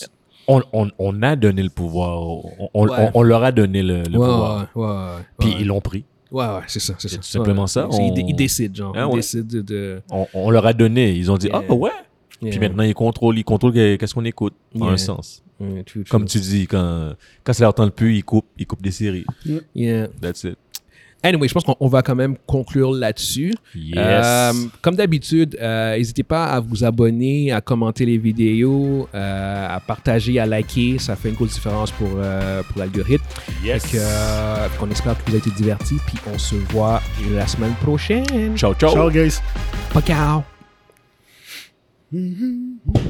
C: On, on, on a donné le pouvoir. On, on-
A: Ouais.
C: on- on leur a donné le, le
A: Ouais,
C: pouvoir.
A: ouais, ouais, ouais.
C: Puis ils l'ont pris.
A: Ouais, ouais, c'est ça. C'est
C: C'est
A: ça.
C: tout simplement ça,
A: C'est- Ils,
C: on-
A: ils décident, genre.
C: Hein,
A: ils
C: on-
A: décident de. de-
C: On, on leur a donné. Ils ont dit,
A: Yeah.
C: ah ouais.
A: Yeah.
C: Puis maintenant, ils contrôlent. Ils contrôlent que- qu'est-ce qu'on écoute. En
A: Yeah.
C: un sens.
A: Ouais, true, true.
C: Comme tu dis, quand, quand ça leur tente le plus, ils coupent, ils coupent des séries.
A: Yeah.
C: That's it.
A: Anyway, je pense qu'on on va quand même conclure là-dessus.
C: Yes.
A: Euh, comme d'habitude, euh, n'hésitez pas à vous abonner, à commenter les vidéos, euh, à partager, à liker. Ça fait une grosse différence pour, euh, pour l'algorithme.
C: Yes.
A: Fait que, euh, fait qu'on espère que vous avez été divertis. Puis on se voit la semaine prochaine.
C: Ciao, ciao.
B: Ciao, guys.
A: Ciao.